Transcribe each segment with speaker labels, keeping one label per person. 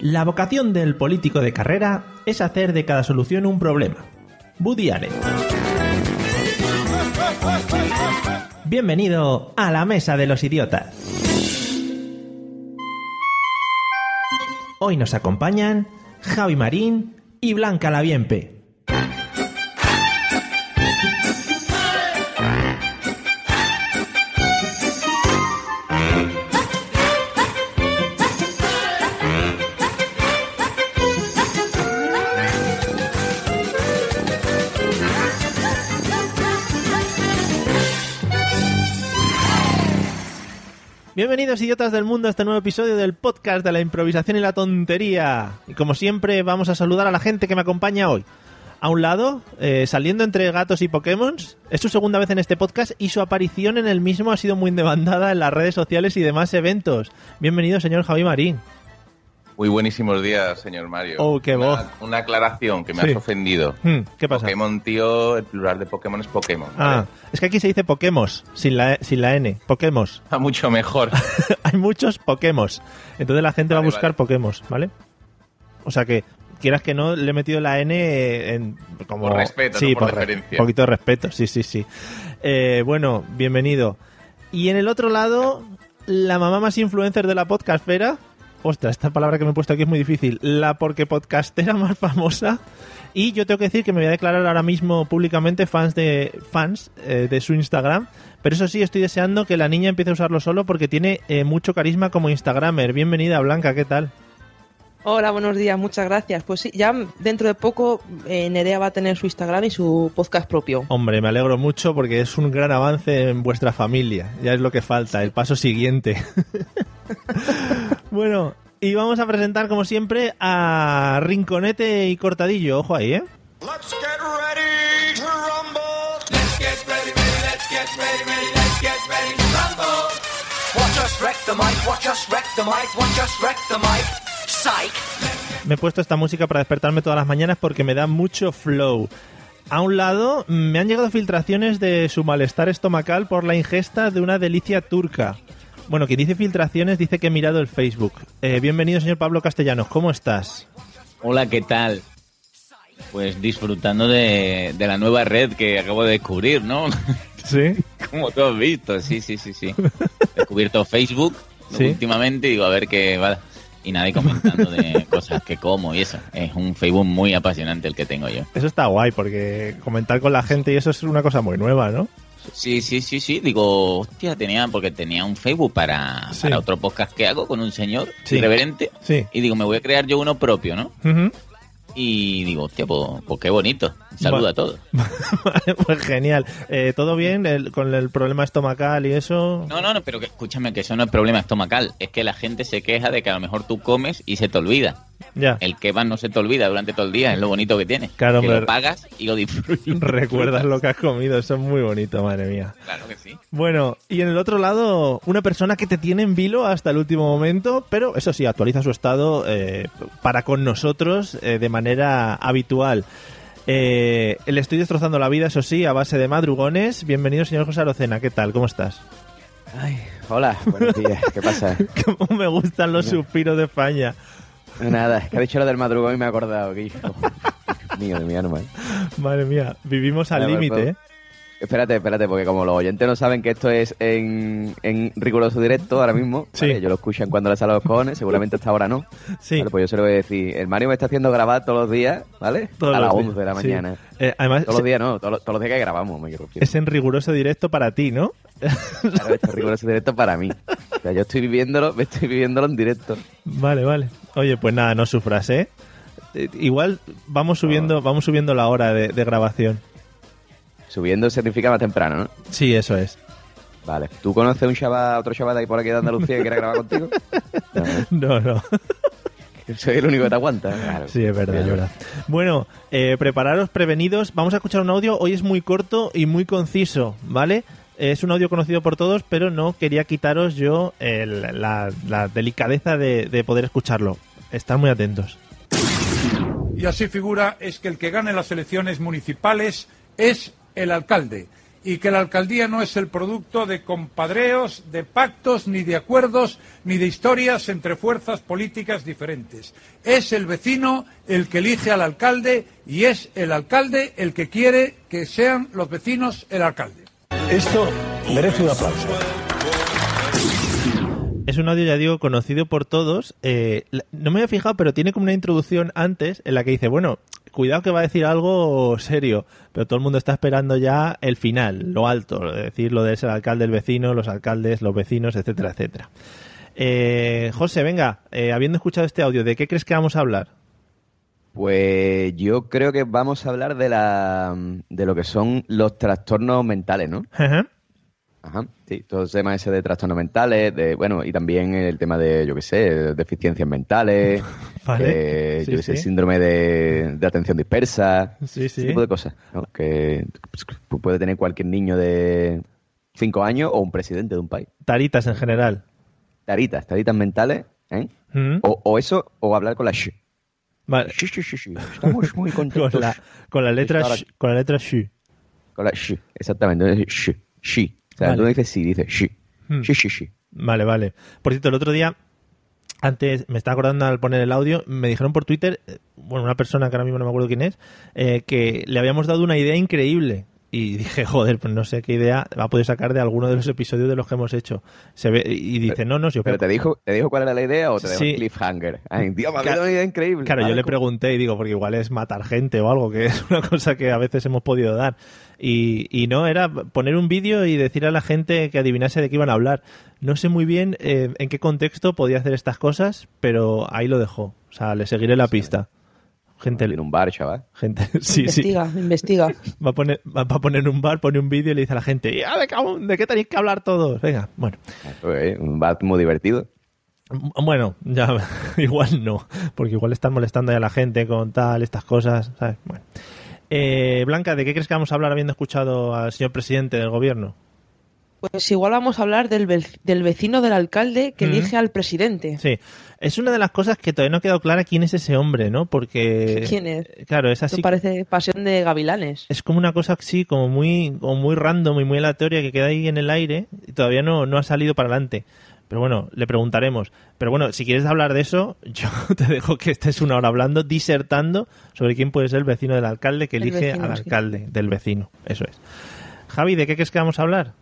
Speaker 1: La vocación del político de carrera es hacer de cada solución un problema. Woody Allen. Bienvenido a la Mesa de los Idiotas. Hoy nos acompañan Javi Marín y Blanca Laviempe. Bienvenidos idiotas del mundo a este nuevo episodio del podcast de la improvisación y la tontería. Y como siempre vamos a saludar a la gente que me acompaña hoy. A un lado, eh, saliendo entre gatos y Pokémon, es su segunda vez en este podcast y su aparición en el mismo ha sido muy demandada en las redes sociales y demás eventos. Bienvenido, señor Javi Marín.
Speaker 2: Muy buenísimos días, señor Mario.
Speaker 1: Oh, qué
Speaker 2: Una-
Speaker 1: voz.
Speaker 2: Una, aclaración que me
Speaker 1: Sí.
Speaker 2: has ofendido.
Speaker 1: Hmm, ¿Qué pasa?
Speaker 2: Pokémon, tío, el plural de Pokémon es Pokémon.
Speaker 1: Ah,
Speaker 2: ¿vale?
Speaker 1: es que aquí se dice Pokémos, sin la, E, sin la N. Pokémos.
Speaker 2: Está mucho mejor.
Speaker 1: Hay muchos Pokémos. Entonces la gente va a
Speaker 2: Vale,
Speaker 1: buscar
Speaker 2: vale.
Speaker 1: Pokémos, ¿vale? O sea que, quieras que no, le he metido la N eh, en, como...
Speaker 2: Por respeto,
Speaker 1: sí,
Speaker 2: no por
Speaker 1: re-
Speaker 2: referencia.
Speaker 1: poquito de respeto, sí, sí, sí. Eh, bueno, bienvenido. Y en el otro lado, la mamá más influencer de la podcastfera... Ostras, esta palabra que me he puesto aquí es muy difícil. La porque podcastera más famosa... Y yo tengo que decir que me voy a declarar ahora mismo públicamente fans de fans eh, de su Instagram. Pero eso sí, estoy deseando que la niña empiece a usarlo solo porque tiene eh, mucho carisma como Instagramer. Bienvenida, Blanca, ¿qué tal?
Speaker 3: Hola, buenos días, muchas gracias. Pues sí, ya dentro de poco eh, Nerea va a tener su Instagram y su podcast propio.
Speaker 1: Hombre, me alegro mucho porque es un gran avance en vuestra familia. Ya es lo que falta, el paso siguiente. bueno, y vamos a presentar como siempre a Rinconete y Cortadillo. Ojo ahí, ¿eh?
Speaker 4: Let's get ready to rumble. Let's get ready, ready, let's get ready, ready, let's get ready to rumble. Watch us wreck the mic, watch us wreck the mic, watch us wreck the mic. Psych.
Speaker 1: Me he puesto esta música para despertarme todas las mañanas porque me da mucho flow. A un lado, mm, me han llegado filtraciones de su malestar estomacal por la ingesta de una delicia turca. Bueno, quien dice filtraciones dice que he mirado el Facebook. Eh, bienvenido, señor Pablo Castellanos, ¿cómo estás?
Speaker 5: Hola, ¿qué tal? Pues disfrutando de, de la nueva red que acabo de descubrir, ¿no?
Speaker 1: Sí.
Speaker 5: Como tú has visto, sí, sí, sí, sí. He descubierto Facebook ¿no?
Speaker 1: Sí.
Speaker 5: últimamente y digo, a ver qué va. Y nadie comentando de cosas que como y eso. Es un Facebook muy apasionante el que tengo yo.
Speaker 1: Eso está guay, porque comentar con la gente y eso es una cosa muy nueva, ¿no?
Speaker 5: Sí, sí, sí, sí. Digo, hostia, tenía, porque tenía un Facebook para,
Speaker 1: Sí.
Speaker 5: para otro podcast que hago con un señor
Speaker 1: Sí.
Speaker 5: irreverente.
Speaker 1: Sí.
Speaker 5: Y digo, me voy a crear yo uno propio, ¿no?
Speaker 1: Ujú.
Speaker 5: Y digo, hostia, pues, pues qué bonito. Saluda
Speaker 1: Va-
Speaker 5: a todos.
Speaker 1: Vale, pues genial. Eh, ¿Todo bien El- con el problema estomacal y eso?
Speaker 5: No, no, no, pero que- escúchame, que eso no es problema estomacal. Es que la gente se queja de que a lo mejor tú comes y se te olvida.
Speaker 1: Ya.
Speaker 5: El kebab no se te olvida durante todo el día, es lo bonito que tiene.
Speaker 1: Claro,
Speaker 5: que
Speaker 1: hombre.
Speaker 5: lo pagas y lo disfrutas.
Speaker 1: Recuerdas lo que has comido, eso es muy bonito, madre mía.
Speaker 5: Claro que sí.
Speaker 1: Bueno, y en el otro lado, una persona que te tiene en vilo hasta el último momento, pero eso sí, actualiza su estado eh, para con nosotros eh, de manera habitual. Eh, le estoy destrozando la vida, eso sí, a base de madrugones. Bienvenido, señor José Arocena, ¿qué tal? ¿Cómo estás?
Speaker 6: Ay, hola, buenos días, ¿qué pasa?
Speaker 1: ¿Cómo me gustan los suspiros de España?
Speaker 6: Nada, es que ha dicho lo del madrugón y me he acordado, que hijo mío de mi alma. ¿eh?
Speaker 1: Madre mía, vivimos al
Speaker 6: Vale, vale,
Speaker 1: límite.
Speaker 6: vale.
Speaker 1: ¿eh?
Speaker 6: Espérate, espérate, porque como los oyentes no saben que esto es en, en riguroso directo ahora mismo,
Speaker 1: Sí.
Speaker 6: ¿vale? ellos lo escuchan cuando les salen los cojones, seguramente hasta ahora no.
Speaker 1: Sí.
Speaker 6: Vale, pues yo se lo voy a decir, el Mario me está haciendo grabar todos los días, ¿vale?
Speaker 1: todos
Speaker 6: a las
Speaker 1: los
Speaker 6: 11
Speaker 1: días,
Speaker 6: de la
Speaker 1: sí.
Speaker 6: mañana.
Speaker 1: Eh, además,
Speaker 6: Todos los días no, todos, los- todos los días que grabamos, me quiero decir.
Speaker 1: es en riguroso directo para ti, ¿no?
Speaker 6: Claro, esto es riguroso directo para mí. O sea, yo estoy viviéndolo, me estoy viviéndolo en directo.
Speaker 1: Vale, vale. Oye, pues nada, no sufras, ¿eh? Eh, Igual vamos subiendo, vamos subiendo la hora de, de grabación.
Speaker 6: Subiendo significa más temprano, ¿no?
Speaker 1: Sí, eso es.
Speaker 6: Vale. ¿Tú conoces un chaval, otro chaval de ahí por aquí de Andalucía que quiera grabar contigo?
Speaker 1: No, no.
Speaker 6: Soy el único que te aguanta. ¿eh? Claro.
Speaker 1: Sí, es verdad, es verdad. Bueno, eh, prepararos, prevenidos. Vamos a escuchar un audio. Hoy es muy corto y muy conciso, ¿vale? Es un audio conocido por todos, pero no quería quitaros yo el- la, la delicadeza de, de poder escucharlo. Estad muy atentos.
Speaker 7: Y así figura es que el que gane las elecciones municipales es el alcalde y que la alcaldía no es el producto de compadreos, de pactos, ni de acuerdos, ni de historias entre fuerzas políticas diferentes. Es el vecino el que elige al alcalde y es el alcalde el que quiere que sean los vecinos el alcalde.
Speaker 8: Esto merece un aplauso.
Speaker 1: Es un audio, ya digo, conocido por todos. Eh, la- no me había fijado, pero tiene como una introducción antes en la que dice, bueno, cuidado que va a decir algo serio, pero todo el mundo está esperando ya el final, lo alto, es decir, lo de ser alcalde, el vecino, los alcaldes, los vecinos, etcétera, etcétera. Eh, José, venga, eh, habiendo escuchado este audio, ¿de qué crees que vamos a hablar?
Speaker 6: Pues yo creo que vamos a hablar de la de lo que son los trastornos mentales, ¿no?
Speaker 1: Ajá.
Speaker 6: Ajá, sí, todo el tema ese de trastornos mentales, de, bueno, y también el tema de, yo qué sé, deficiencias mentales,
Speaker 1: Vale.
Speaker 6: eh,
Speaker 1: Sí,
Speaker 6: yo qué sé,
Speaker 1: sí.
Speaker 6: síndrome de, de atención dispersa,
Speaker 1: Sí, sí.
Speaker 6: ese tipo de cosas, ¿no? Que pues, puede tener cualquier niño de cinco años o un presidente de un país.
Speaker 1: Taritas en general.
Speaker 6: Taritas, taritas mentales, ¿eh?
Speaker 1: ¿Mm?
Speaker 6: O, o eso, o hablar con la sh.
Speaker 1: Vale.
Speaker 6: Sh, sh, sh, sh. Estamos muy
Speaker 1: Con
Speaker 6: contentos.
Speaker 1: la, con la letra
Speaker 6: Ahora-
Speaker 1: sh- con la letra sh.
Speaker 6: Con la sh, exactamente. es Sh, sh. O sea,
Speaker 1: Vale.
Speaker 6: tú no dices sí, dices sh.
Speaker 1: Hmm.
Speaker 6: Sh, sh, sh.
Speaker 1: Vale, vale. Por cierto, el otro día, antes, me estaba acordando al poner el audio, me dijeron por Twitter, eh, bueno, una persona que ahora mismo no me acuerdo quién es, eh, que le habíamos dado una idea increíble. Y dije, joder, pues no sé qué idea va a poder sacar de alguno de los episodios de los que hemos hecho. Se ve, y dice, no, no, si os
Speaker 6: Pero te dijo, te dijo cuál era la idea o te dejó
Speaker 1: Sí.
Speaker 6: un cliffhanger. Ay, Dios, me ha
Speaker 1: Claro-
Speaker 6: dado una idea increíble.
Speaker 1: Claro,
Speaker 6: A
Speaker 1: yo
Speaker 6: ver
Speaker 1: le
Speaker 6: cómo-
Speaker 1: pregunté y digo, porque igual es matar gente o algo, que es una cosa que a veces hemos podido dar. Y, y no, era poner un vídeo y decir a la gente que adivinase de qué iban a hablar. No sé muy bien eh, en qué contexto podía hacer estas cosas, pero ahí lo dejó. O sea, le seguiré la pista. Gente,
Speaker 6: En un bar, chaval.
Speaker 1: gente, sí, sí.
Speaker 3: investiga, investiga.
Speaker 1: Va a poner, va a poner un bar, pone un vídeo y ah, le dice a la gente, "Ya, ¿de qué- de qué tenéis que hablar todos? Venga, bueno.
Speaker 6: Eh, Un bar muy divertido.
Speaker 1: M- Bueno, ya, igual no, porque igual están molestando ya a la gente con tal, estas cosas, ¿sabes? Bueno. Eh, Blanca, ¿de qué crees que vamos a hablar habiendo escuchado al señor presidente del gobierno?
Speaker 3: Pues igual vamos a hablar del, vec- del vecino del alcalde que
Speaker 1: Ujú.
Speaker 3: elige al presidente.
Speaker 1: Mm. Sí, es una de las cosas que todavía no ha quedado clara quién es ese hombre, ¿no? Porque...
Speaker 3: ¿Quién es?
Speaker 1: Claro, es
Speaker 3: Esto
Speaker 1: así.
Speaker 3: parece pasión de gavilanes.
Speaker 1: Es como una cosa así, como muy, como muy random y muy aleatoria que queda ahí en el aire y todavía no, no ha salido para adelante. Pero bueno, le preguntaremos. Pero bueno, si quieres hablar de eso, yo te dejo que estés una hora hablando, disertando sobre quién puede ser el vecino del alcalde que
Speaker 3: El
Speaker 1: elige
Speaker 3: vecino,
Speaker 1: al
Speaker 3: sí.
Speaker 1: alcalde del vecino. Eso es. Javi, ¿de qué crees que vamos a hablar?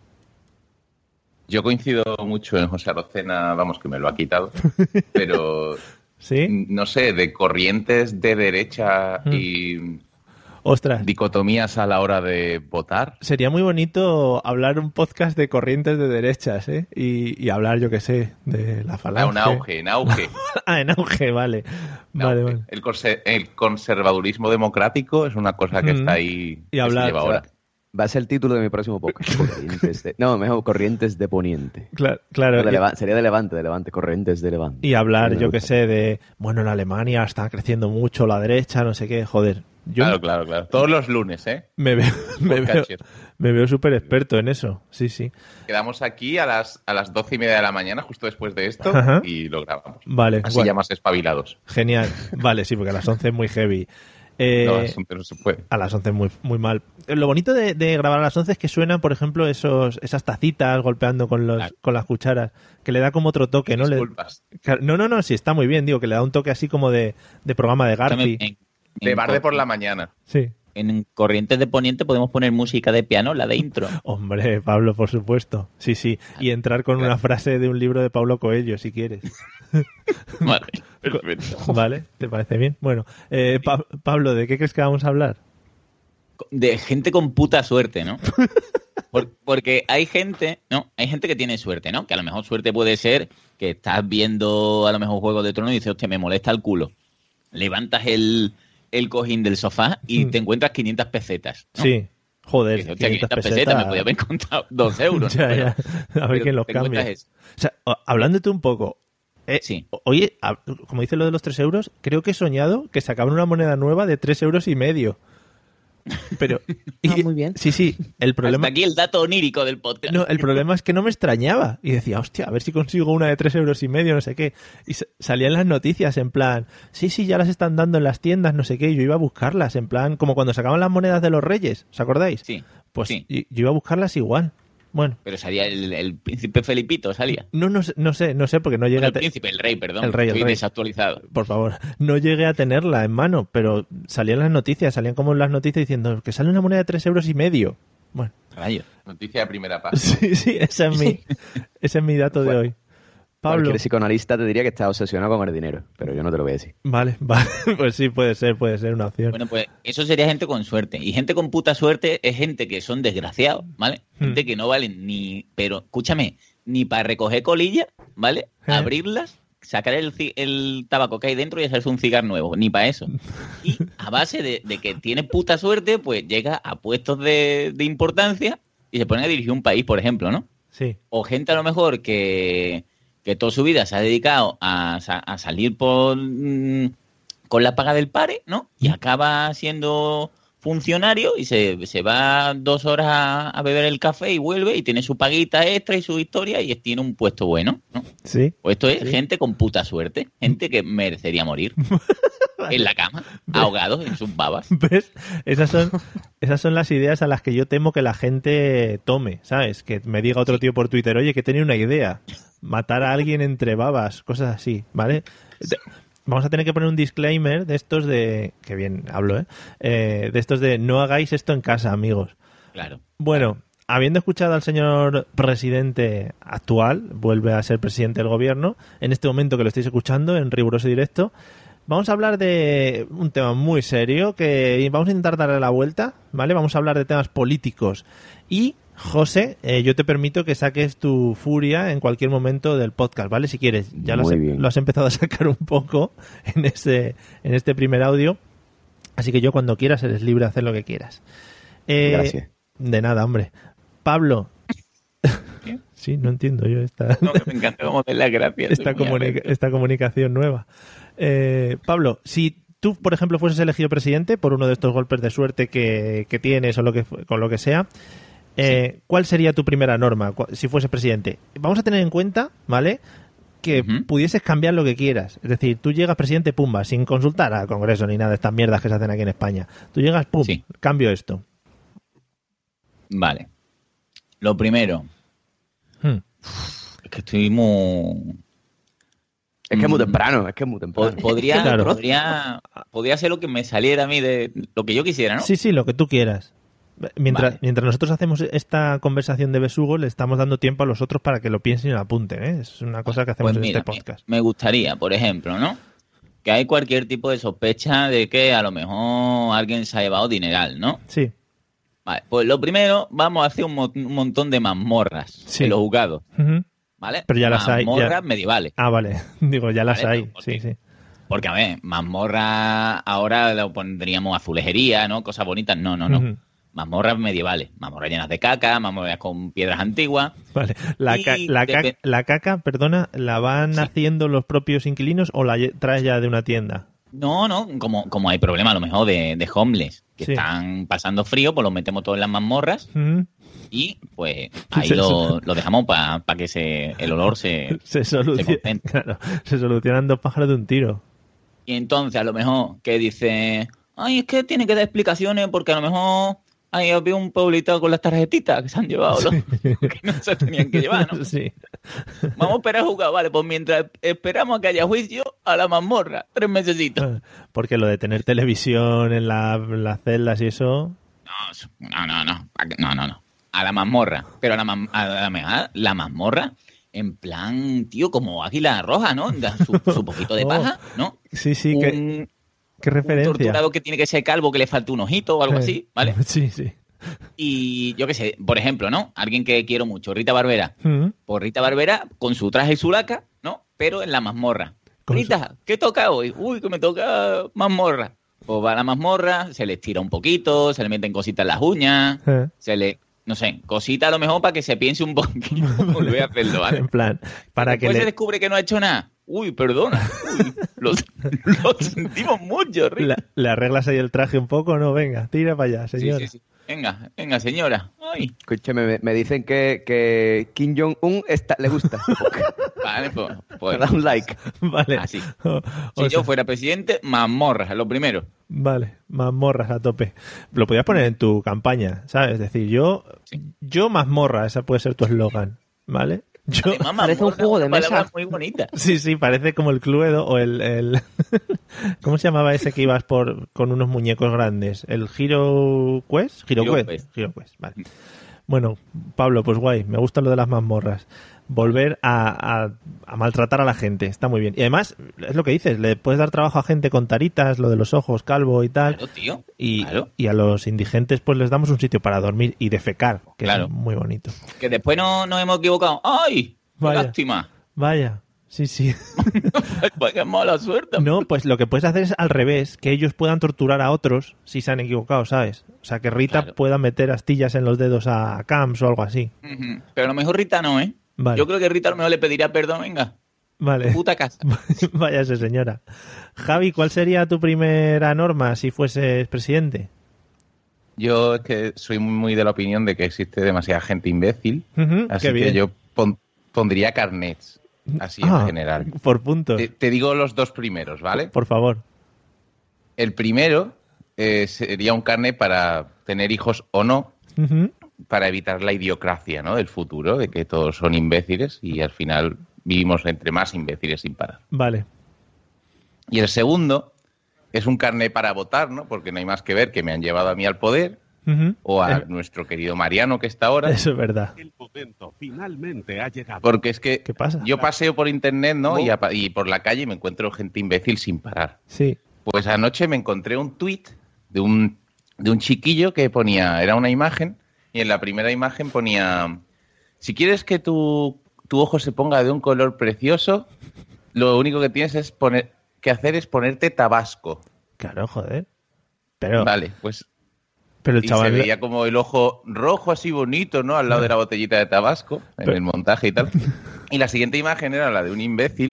Speaker 2: Yo coincido mucho en José Arocena, vamos, que me lo ha quitado, pero
Speaker 1: ¿Sí?
Speaker 2: no sé, de corrientes de derecha
Speaker 1: Mm.
Speaker 2: y
Speaker 1: Ostras.
Speaker 2: dicotomías a la hora de votar.
Speaker 1: Sería muy bonito hablar un podcast de corrientes de derechas, ¿eh? Y, y hablar, yo qué sé, de la
Speaker 2: Ah,
Speaker 1: falange.
Speaker 2: un auge, en auge.
Speaker 1: ah, en auge, vale.
Speaker 2: en
Speaker 1: Vale,
Speaker 2: auge.
Speaker 1: vale.
Speaker 2: El, conse- el conservadurismo democrático es una cosa que
Speaker 1: Mm.
Speaker 2: está ahí.
Speaker 1: Y
Speaker 2: que se
Speaker 1: hablar,
Speaker 2: lleva
Speaker 1: o sea,
Speaker 2: ahora.
Speaker 6: Va a ser el título de mi próximo podcast. Corrientes de... No, mejor Corrientes de Poniente.
Speaker 1: Claro, claro.
Speaker 6: De
Speaker 1: y-
Speaker 6: Leva- Sería de Levante, de Levante. Corrientes de Levante.
Speaker 1: Y hablar,
Speaker 6: Me
Speaker 1: yo
Speaker 6: gusta.
Speaker 1: que sé, de, bueno, en Alemania está creciendo mucho la derecha, no sé qué, joder. Yo
Speaker 2: Claro, claro, claro. Todos los lunes, ¿eh?
Speaker 1: me veo, me veo,
Speaker 2: Podcatcher.
Speaker 1: me veo súper experto en eso, sí, sí.
Speaker 2: Quedamos aquí a las, a las doce y media de la mañana, justo después de esto,
Speaker 1: Ajá. Pues
Speaker 2: y lo grabamos.
Speaker 1: Vale,
Speaker 2: Así
Speaker 1: guay.
Speaker 2: ya más espabilados.
Speaker 1: genial. Vale, sí, porque a las 11 es muy heavy. Eh,
Speaker 2: No, eso no se puede.
Speaker 1: a las 11 es muy, muy mal. Lo bonito de, de grabar a las 11 es que suenan, por ejemplo, esos, esas tacitas golpeando con, los,
Speaker 5: Claro.
Speaker 1: con las cucharas, que le da como otro toque, ¿no? Le-
Speaker 2: Disculpas.
Speaker 1: Claro, no, no, no, sí, está muy bien, digo, que le da un toque así como de, de programa de Garfi.
Speaker 5: En-
Speaker 2: De
Speaker 5: en
Speaker 2: bar de
Speaker 5: Cor-
Speaker 2: por la mañana.
Speaker 1: Sí.
Speaker 5: En Corrientes de Poniente podemos poner música de piano, la de intro.
Speaker 1: Hombre, Pablo, por supuesto. Sí, sí. Y entrar con una frase de un libro de Pablo Coelho, si quieres.
Speaker 5: Vale.
Speaker 1: ¿Vale? ¿Te parece bien? Bueno, eh, Pa- Pablo, ¿de qué crees que vamos a hablar?
Speaker 5: de gente con puta suerte, ¿no? Por- porque hay gente, ¿no? Hay gente que tiene suerte, ¿no? Que a lo mejor suerte puede ser que estás viendo a lo mejor Juego de Tronos y dices, hostia, me molesta el culo. Levantas el, el cojín del sofá y
Speaker 1: Mm.
Speaker 5: te encuentras 500 pesetas. ¿no?
Speaker 1: Sí. Joder,
Speaker 5: Dices, hostia,
Speaker 1: 500
Speaker 5: 500 pesetas, me podía haber encontrado 2 euros.
Speaker 1: Ya,
Speaker 5: ¿no? Pero-
Speaker 1: ya. A ver
Speaker 5: pero
Speaker 1: quién los
Speaker 5: te encuentras
Speaker 1: cambia.
Speaker 5: eso.
Speaker 1: O sea, o- hablándote un poco, Eh,
Speaker 5: Sí.
Speaker 1: Oye, a- como dice lo de los 3 euros, creo que he soñado que sacaban una moneda nueva de 3 euros y medio. Pero.
Speaker 3: Ah,
Speaker 1: y-
Speaker 3: muy bien.
Speaker 1: Sí, sí. El problema,
Speaker 5: Hasta aquí el dato onírico del podcast.
Speaker 1: no, el problema es que no me extrañaba. Y decía, hostia, a ver si consigo una de 3 euros y medio, no sé qué. Y sa- salían las noticias en plan, sí, sí, ya las están dando en las tiendas, no sé qué. Y yo iba a buscarlas, en plan, como cuando sacaban las monedas de los reyes, ¿os acordáis?
Speaker 5: Sí,
Speaker 1: Pues
Speaker 5: sí.
Speaker 1: y- yo iba a buscarlas igual. Bueno,
Speaker 5: pero salía el, el príncipe Felipito, salía.
Speaker 1: no, no, sé- no sé, no sé, porque no llegué
Speaker 5: Bueno,
Speaker 1: a...
Speaker 5: el
Speaker 1: te-
Speaker 5: príncipe, el rey, perdón.
Speaker 1: El rey, el
Speaker 5: Estoy
Speaker 1: rey.
Speaker 5: desactualizado.
Speaker 1: por favor, no llegué a tenerla en mano, pero salían las noticias, salían como en las noticias diciendo que sale una moneda de tres euros y medio. Bueno,
Speaker 5: Rayos.
Speaker 2: Noticia de primera página.
Speaker 1: sí, sí, ese es mi, ese es mi dato de
Speaker 6: Bueno.
Speaker 1: hoy. Pablo.
Speaker 6: Cualquier psicoanalista te diría que estás obsesionado con el dinero, pero yo no te lo voy a decir.
Speaker 1: Vale, vale, pues sí, puede ser, puede ser una opción.
Speaker 5: Bueno, pues eso sería gente con suerte. Y gente con puta suerte es gente que son desgraciados, ¿vale? Gente
Speaker 1: Hmm.
Speaker 5: que no valen ni. Pero escúchame, ni para recoger colillas, ¿vale?
Speaker 1: Eh.
Speaker 5: Abrirlas, sacar el, ci- el tabaco que hay dentro y hacerse un cigarro nuevo, ni para eso. Y a base de, de que tienes puta suerte, pues llega a puestos de, de importancia y se pone a dirigir un país, por ejemplo, ¿no?
Speaker 1: Sí,
Speaker 5: o gente a lo mejor que, que toda su vida se ha dedicado a, sa- a salir por, mm, con la paga del pare, ¿no? Y acaba siendo funcionario y se, se va dos horas a, a beber el café y vuelve y tiene su paguita extra y su historia y tiene un puesto bueno, ¿no?
Speaker 1: sí.
Speaker 5: O esto es gente con puta suerte, gente que merecería morir en la cama, ahogados en sus babas.
Speaker 1: ¿Ves? Esas son, esas son las ideas a las que yo temo que la gente tome, ¿sabes? Que me diga otro tío por Twitter, oye, que tenía una idea. Matar a alguien entre babas, cosas así, ¿vale? Te- Vamos a tener que poner un disclaimer de estos de... Que bien hablo, ¿eh? Eh, De estos de no hagáis esto en casa, amigos.
Speaker 5: Claro.
Speaker 1: Bueno, habiendo escuchado al señor presidente actual, vuelve a ser presidente del gobierno, en este momento que lo estáis escuchando en riguroso directo, vamos a hablar de un tema muy serio que vamos a intentar darle la vuelta, ¿vale? Vamos a hablar de temas políticos. Y, José, eh, yo te permito que saques tu furia en cualquier momento del podcast, ¿vale? Si quieres, ya lo has, em-
Speaker 6: Muy bien.
Speaker 1: lo has empezado a sacar un poco en este, en este primer audio. Así que yo cuando quieras eres libre de hacer lo que quieras. Eh,
Speaker 6: Gracias.
Speaker 1: De nada, hombre. Pablo. sí, no entiendo yo esta,
Speaker 5: No, que me encanta cómo de las gracias.
Speaker 1: esta,
Speaker 5: soy muy
Speaker 1: comunica-
Speaker 5: alegre.
Speaker 1: esta comunicación nueva. Eh, Pablo, si tú, por ejemplo, fueses elegido presidente por uno de estos golpes de suerte que, que tienes o lo que, fu- con lo que sea, eh, ¿cuál sería tu primera norma cua- si fueses presidente? Vamos a tener en cuenta, ¿vale? Que
Speaker 5: Ujú.
Speaker 1: pudieses cambiar lo que quieras. Es decir, tú llegas presidente, pumba, sin consultar al Congreso ni nada de estas mierdas que se hacen aquí en España. Tú llegas, pum,
Speaker 5: Sí.
Speaker 1: cambio esto.
Speaker 5: Vale. Lo primero,
Speaker 1: Hmm.
Speaker 5: es que estoy muy...
Speaker 6: Es que es muy
Speaker 5: Mm.
Speaker 6: temprano, es que es muy
Speaker 5: po-
Speaker 6: temprano.
Speaker 5: Podría,
Speaker 1: Ah, Claro.
Speaker 5: podría, podría ser lo que me saliera a mí de lo que yo quisiera, ¿no?
Speaker 1: Sí, sí, lo que tú quieras. Mientras,
Speaker 5: Vale.
Speaker 1: mientras nosotros hacemos esta conversación de Besugo, le estamos dando tiempo a los otros para que lo piensen y lo apunten. ¿eh? Es una cosa que hacemos
Speaker 5: Pues
Speaker 1: en
Speaker 5: mira,
Speaker 1: este podcast.
Speaker 5: Me, me gustaría, por ejemplo, ¿no? Que hay cualquier tipo de sospecha de que a lo mejor alguien se ha llevado dineral, ¿no?
Speaker 1: Sí,
Speaker 5: Vale, pues lo primero, vamos a hacer un, mo- un montón de mazmorras
Speaker 1: Sí.
Speaker 5: en los juzgados,
Speaker 1: Ujú.
Speaker 5: ¿vale?
Speaker 1: Pero ya las hay, ya.
Speaker 5: Mazmorras medievales.
Speaker 1: Ah, vale. Digo, ya las
Speaker 5: Vale,
Speaker 1: hay.
Speaker 5: no, pues
Speaker 1: Sí,
Speaker 5: porque-
Speaker 1: sí.
Speaker 5: Porque, a ver, mazmorra ahora lo pondríamos azulejería, ¿no? Cosas bonitas. No, no, no.
Speaker 1: Ujú.
Speaker 5: mazmorras medievales, mazmorras llenas de caca, mazmorras con piedras antiguas.
Speaker 1: Vale. La,
Speaker 5: Y
Speaker 1: ca- la, ca-
Speaker 5: depe-
Speaker 1: la caca, perdona, ¿la van
Speaker 5: Sí.
Speaker 1: haciendo los propios inquilinos o la lle- traes ya de una tienda?
Speaker 5: No, no, como, como hay problema a lo mejor de, de homeless que
Speaker 1: Sí.
Speaker 5: están pasando frío, pues los metemos todos en las mazmorras
Speaker 1: Ujú.
Speaker 5: y pues ahí
Speaker 1: Sí,
Speaker 5: lo, lo dejamos para que se, el olor Eh, se...
Speaker 1: Se, solucion-
Speaker 5: contenta.
Speaker 1: claro, se solucionan dos pájaros de un tiro.
Speaker 5: Y entonces a lo mejor que dice, ay, es que tiene que dar explicaciones porque a lo mejor ay, había un pueblito con las tarjetitas que se han llevado, ¿no? que no se tenían que llevar, ¿no?
Speaker 1: Sí.
Speaker 5: Vamos a esperar a jugar, vale, pues mientras esperamos a que haya juicio, a la mazmorra, tres mesecitos.
Speaker 1: Porque lo de tener televisión en la- las celdas y eso,
Speaker 5: No, no, no. Pa' que- No, no, no. A la mazmorra. Pero a la, mam- a la, ma- la mazmorra, en plan, tío, como águila roja, ¿no? Da Su, su poquito de paja, ¿no?
Speaker 1: Sí, Oh. sí,
Speaker 5: un,
Speaker 1: qué,
Speaker 5: un
Speaker 1: qué referencia. Eh,
Speaker 5: torturado que tiene que ser calvo, que le falta un ojito o algo así, ¿vale?
Speaker 1: Sí, sí.
Speaker 5: Y yo qué sé, por ejemplo, ¿no? Alguien que quiero mucho, Rita Barbera.
Speaker 1: Mm.
Speaker 5: Por Rita Barbera, con su traje y su laca, ¿no? Pero en la mazmorra.
Speaker 1: Con
Speaker 5: Rita, ¿qué toca hoy? Uy, que me toca mazmorra. Pues va a la mazmorra, se le estira un poquito, se le meten cositas en las uñas,
Speaker 1: Eh.
Speaker 5: se le, no sé, cosita a lo mejor para que se piense un poquito volver a hacerlo, ¿vale?
Speaker 1: En plan, para que
Speaker 5: Después se
Speaker 1: le...
Speaker 5: descubre que no ha hecho nada. Uy, perdona. Uy, lo, lo sentimos mucho, Rick.
Speaker 1: La- Le arreglas ahí el traje un poco, ¿no? Venga, tira para allá,
Speaker 5: Sí,
Speaker 1: señor.
Speaker 5: sí, sí. Venga, venga, señora. Ay,
Speaker 6: Escúchame, me, me dicen que, que Kim Jong-un está- le gusta.
Speaker 5: vale, pues.
Speaker 6: Me
Speaker 5: pues
Speaker 6: da un like.
Speaker 1: Vale.
Speaker 5: Así. Si
Speaker 1: O- o sea,
Speaker 5: yo fuera presidente, mazmorras, lo primero.
Speaker 1: Vale, mazmorras a tope. Lo podías poner en tu campaña, ¿sabes? Es decir, yo,
Speaker 5: Sí.
Speaker 1: yo mazmorra, ese puede ser tu eslogan, ¿vale? Yo,
Speaker 5: Además,
Speaker 3: Parece un
Speaker 5: mazmorra,
Speaker 3: juego de
Speaker 5: una palabra
Speaker 3: mesa.
Speaker 5: muy bonita.
Speaker 1: sí, sí, parece como el Cluedo o el, el- ¿Cómo se llamaba ese que ibas por con unos muñecos grandes? ¿El Giro Quest? Giro
Speaker 5: Hero
Speaker 1: Quest.
Speaker 5: Quest.
Speaker 1: Hero Quest, vale. Bueno, Pablo, pues guay, me gusta lo de las mazmorras. Volver a, a- a maltratar a la gente, está muy bien. Y además, es lo que dices, le puedes dar trabajo a gente con taritas, lo de los ojos, calvo y tal.
Speaker 5: Claro, tío.
Speaker 1: Y,
Speaker 5: Claro.
Speaker 1: y a los indigentes pues les damos un sitio para dormir y defecar, que
Speaker 5: Claro.
Speaker 1: es muy bonito.
Speaker 5: Que después no nos hemos equivocado. ¡Ay! qué
Speaker 1: Vaya.
Speaker 5: Lástima.
Speaker 1: Vaya, sí, sí.
Speaker 5: Vaya mala suerte.
Speaker 1: No, pues lo que puedes hacer es al revés, que ellos puedan torturar a otros si se han equivocado, ¿sabes? O sea, que Rita
Speaker 5: Claro.
Speaker 1: pueda meter astillas en los dedos a Camps o algo así.
Speaker 5: Ujú. Pero a lo mejor Rita no, ¿eh?
Speaker 1: Vale.
Speaker 5: Yo creo que Rita a lo mejor le pedirá perdón, venga.
Speaker 1: Vale,
Speaker 5: Puta casa.
Speaker 1: váyase señora. Javi, ¿cuál sería tu primera norma si fueses presidente?
Speaker 2: Yo es que soy muy de la opinión de que existe demasiada gente imbécil,
Speaker 1: Ujú,
Speaker 2: así
Speaker 1: qué
Speaker 2: que
Speaker 1: bien.
Speaker 2: yo pon- pondría carnets, así
Speaker 1: Ah,
Speaker 2: en general.
Speaker 1: Por puntos,
Speaker 2: Te, te digo los dos primeros, ¿vale?
Speaker 1: por favor.
Speaker 2: El primero eh, sería un carnet para tener hijos o no,
Speaker 1: Ujú,
Speaker 2: para evitar la idiocracia ¿no? del futuro, de que todos son imbéciles y al final vivimos entre más imbéciles sin parar.
Speaker 1: Vale,
Speaker 2: Y el segundo es un carné para votar, ¿no? Porque no hay más que ver que me han llevado a mí al poder
Speaker 1: Ujú,
Speaker 2: o a
Speaker 1: Eh.
Speaker 2: nuestro querido Mariano que está ahora.
Speaker 1: eso es verdad.
Speaker 9: El momento finalmente ha llegado.
Speaker 2: Porque es que
Speaker 1: ¿Qué Oh. pasa?
Speaker 2: yo paseo por internet, ¿no? Y, apa- y por la calle y me encuentro gente imbécil sin parar.
Speaker 1: Sí.
Speaker 2: Pues anoche me encontré un tuit de un, de un chiquillo que ponía, era una imagen, y en la primera imagen ponía, si quieres que tu, tu ojo se ponga de un color precioso, lo único que tienes es poner, que hacer es ponerte tabasco.
Speaker 1: Claro, joder. Pero,
Speaker 2: Vale, pues
Speaker 1: pero el
Speaker 2: y
Speaker 1: chaval.
Speaker 2: se veía como el ojo rojo así bonito, ¿no? Al lado de la botellita de tabasco, en
Speaker 1: Pero-
Speaker 2: el montaje y tal. Y la siguiente imagen era la de un imbécil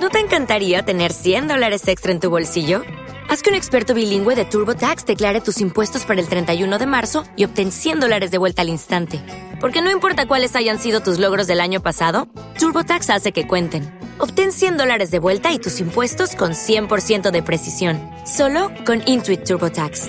Speaker 10: ¿No te encantaría tener 100 dólares extra en tu bolsillo? Haz que un experto bilingüe de TurboTax declare tus impuestos para el 31 de marzo y obtén 100 dólares de vuelta al instante. Porque no importa cuáles hayan sido tus logros del año pasado, TurboTax hace que cuenten. Obtén 100 dólares de vuelta y tus impuestos con 100% de precisión, solo con Intuit TurboTax.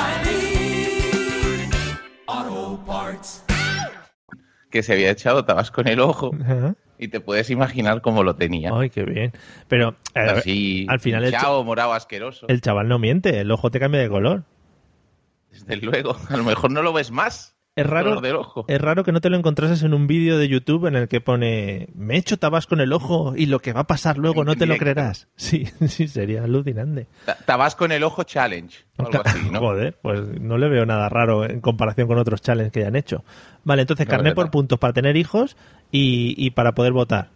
Speaker 4: O'Reilly Auto Parts.
Speaker 2: que se había echado tabasco en el ojo
Speaker 1: Ajá.
Speaker 2: y te puedes imaginar cómo lo tenía.
Speaker 1: Ay, qué bien. Pero eh,
Speaker 2: Así,
Speaker 1: al final el, cha-
Speaker 2: hinchado, morado asqueroso.
Speaker 1: el chaval no miente, el ojo te cambia de color.
Speaker 2: Desde luego, a lo mejor no lo ves más.
Speaker 1: Es
Speaker 2: el
Speaker 1: raro,
Speaker 2: color del ojo.
Speaker 1: es raro que no te lo encontrases en un vídeo de YouTube en el que pone me echo tabasco en el ojo y lo que va a pasar luego
Speaker 2: En
Speaker 1: no te lo
Speaker 2: directo.
Speaker 1: creerás. Sí, sí, sería alucinante.
Speaker 2: Ta- Tabasco en el ojo challenge. o algo así, ¿no?
Speaker 1: Joder, pues no le veo nada raro en comparación con otros challenges que hayan hecho. Vale, entonces
Speaker 2: No,
Speaker 1: carné
Speaker 2: es
Speaker 1: por
Speaker 2: verdad.
Speaker 1: puntos para tener hijos y, y para poder votar.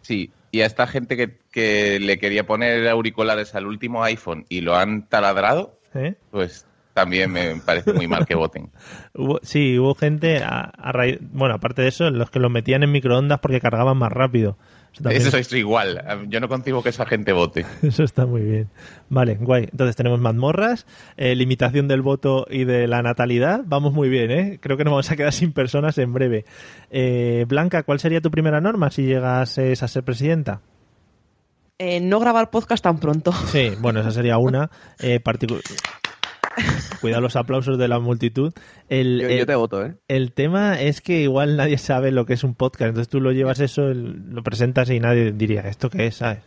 Speaker 2: Sí, y a esta gente que, que le quería poner auriculares al último iPhone y lo han taladrado,
Speaker 1: ¿eh?
Speaker 2: pues también me parece muy mal que voten.
Speaker 1: Hubo- sí, hubo gente a, a raíz- Bueno, aparte de eso, los que los metían en microondas porque cargaban más rápido. Eso, también-
Speaker 2: Eso es igual. Yo no concibo que esa gente vote.
Speaker 1: eso está muy bien. Vale, guay. Entonces tenemos mazmorras, eh, limitación del voto y de la natalidad. Vamos muy bien, ¿eh? Creo que nos vamos a quedar sin personas en breve. Eh, Blanca, ¿cuál sería tu primera norma si llegases a ser presidenta?
Speaker 3: Eh, no grabar podcast tan pronto.
Speaker 1: Sí, bueno, esa sería una. Eh, particu- Cuidado los aplausos de la multitud. El,
Speaker 6: Yo,
Speaker 1: el-
Speaker 6: yo te voto, ¿eh?
Speaker 1: El tema es que igual nadie sabe lo que es un podcast, entonces tú lo llevas eso, el- lo presentas y nadie diría, ¿esto qué es? ¿Sabes?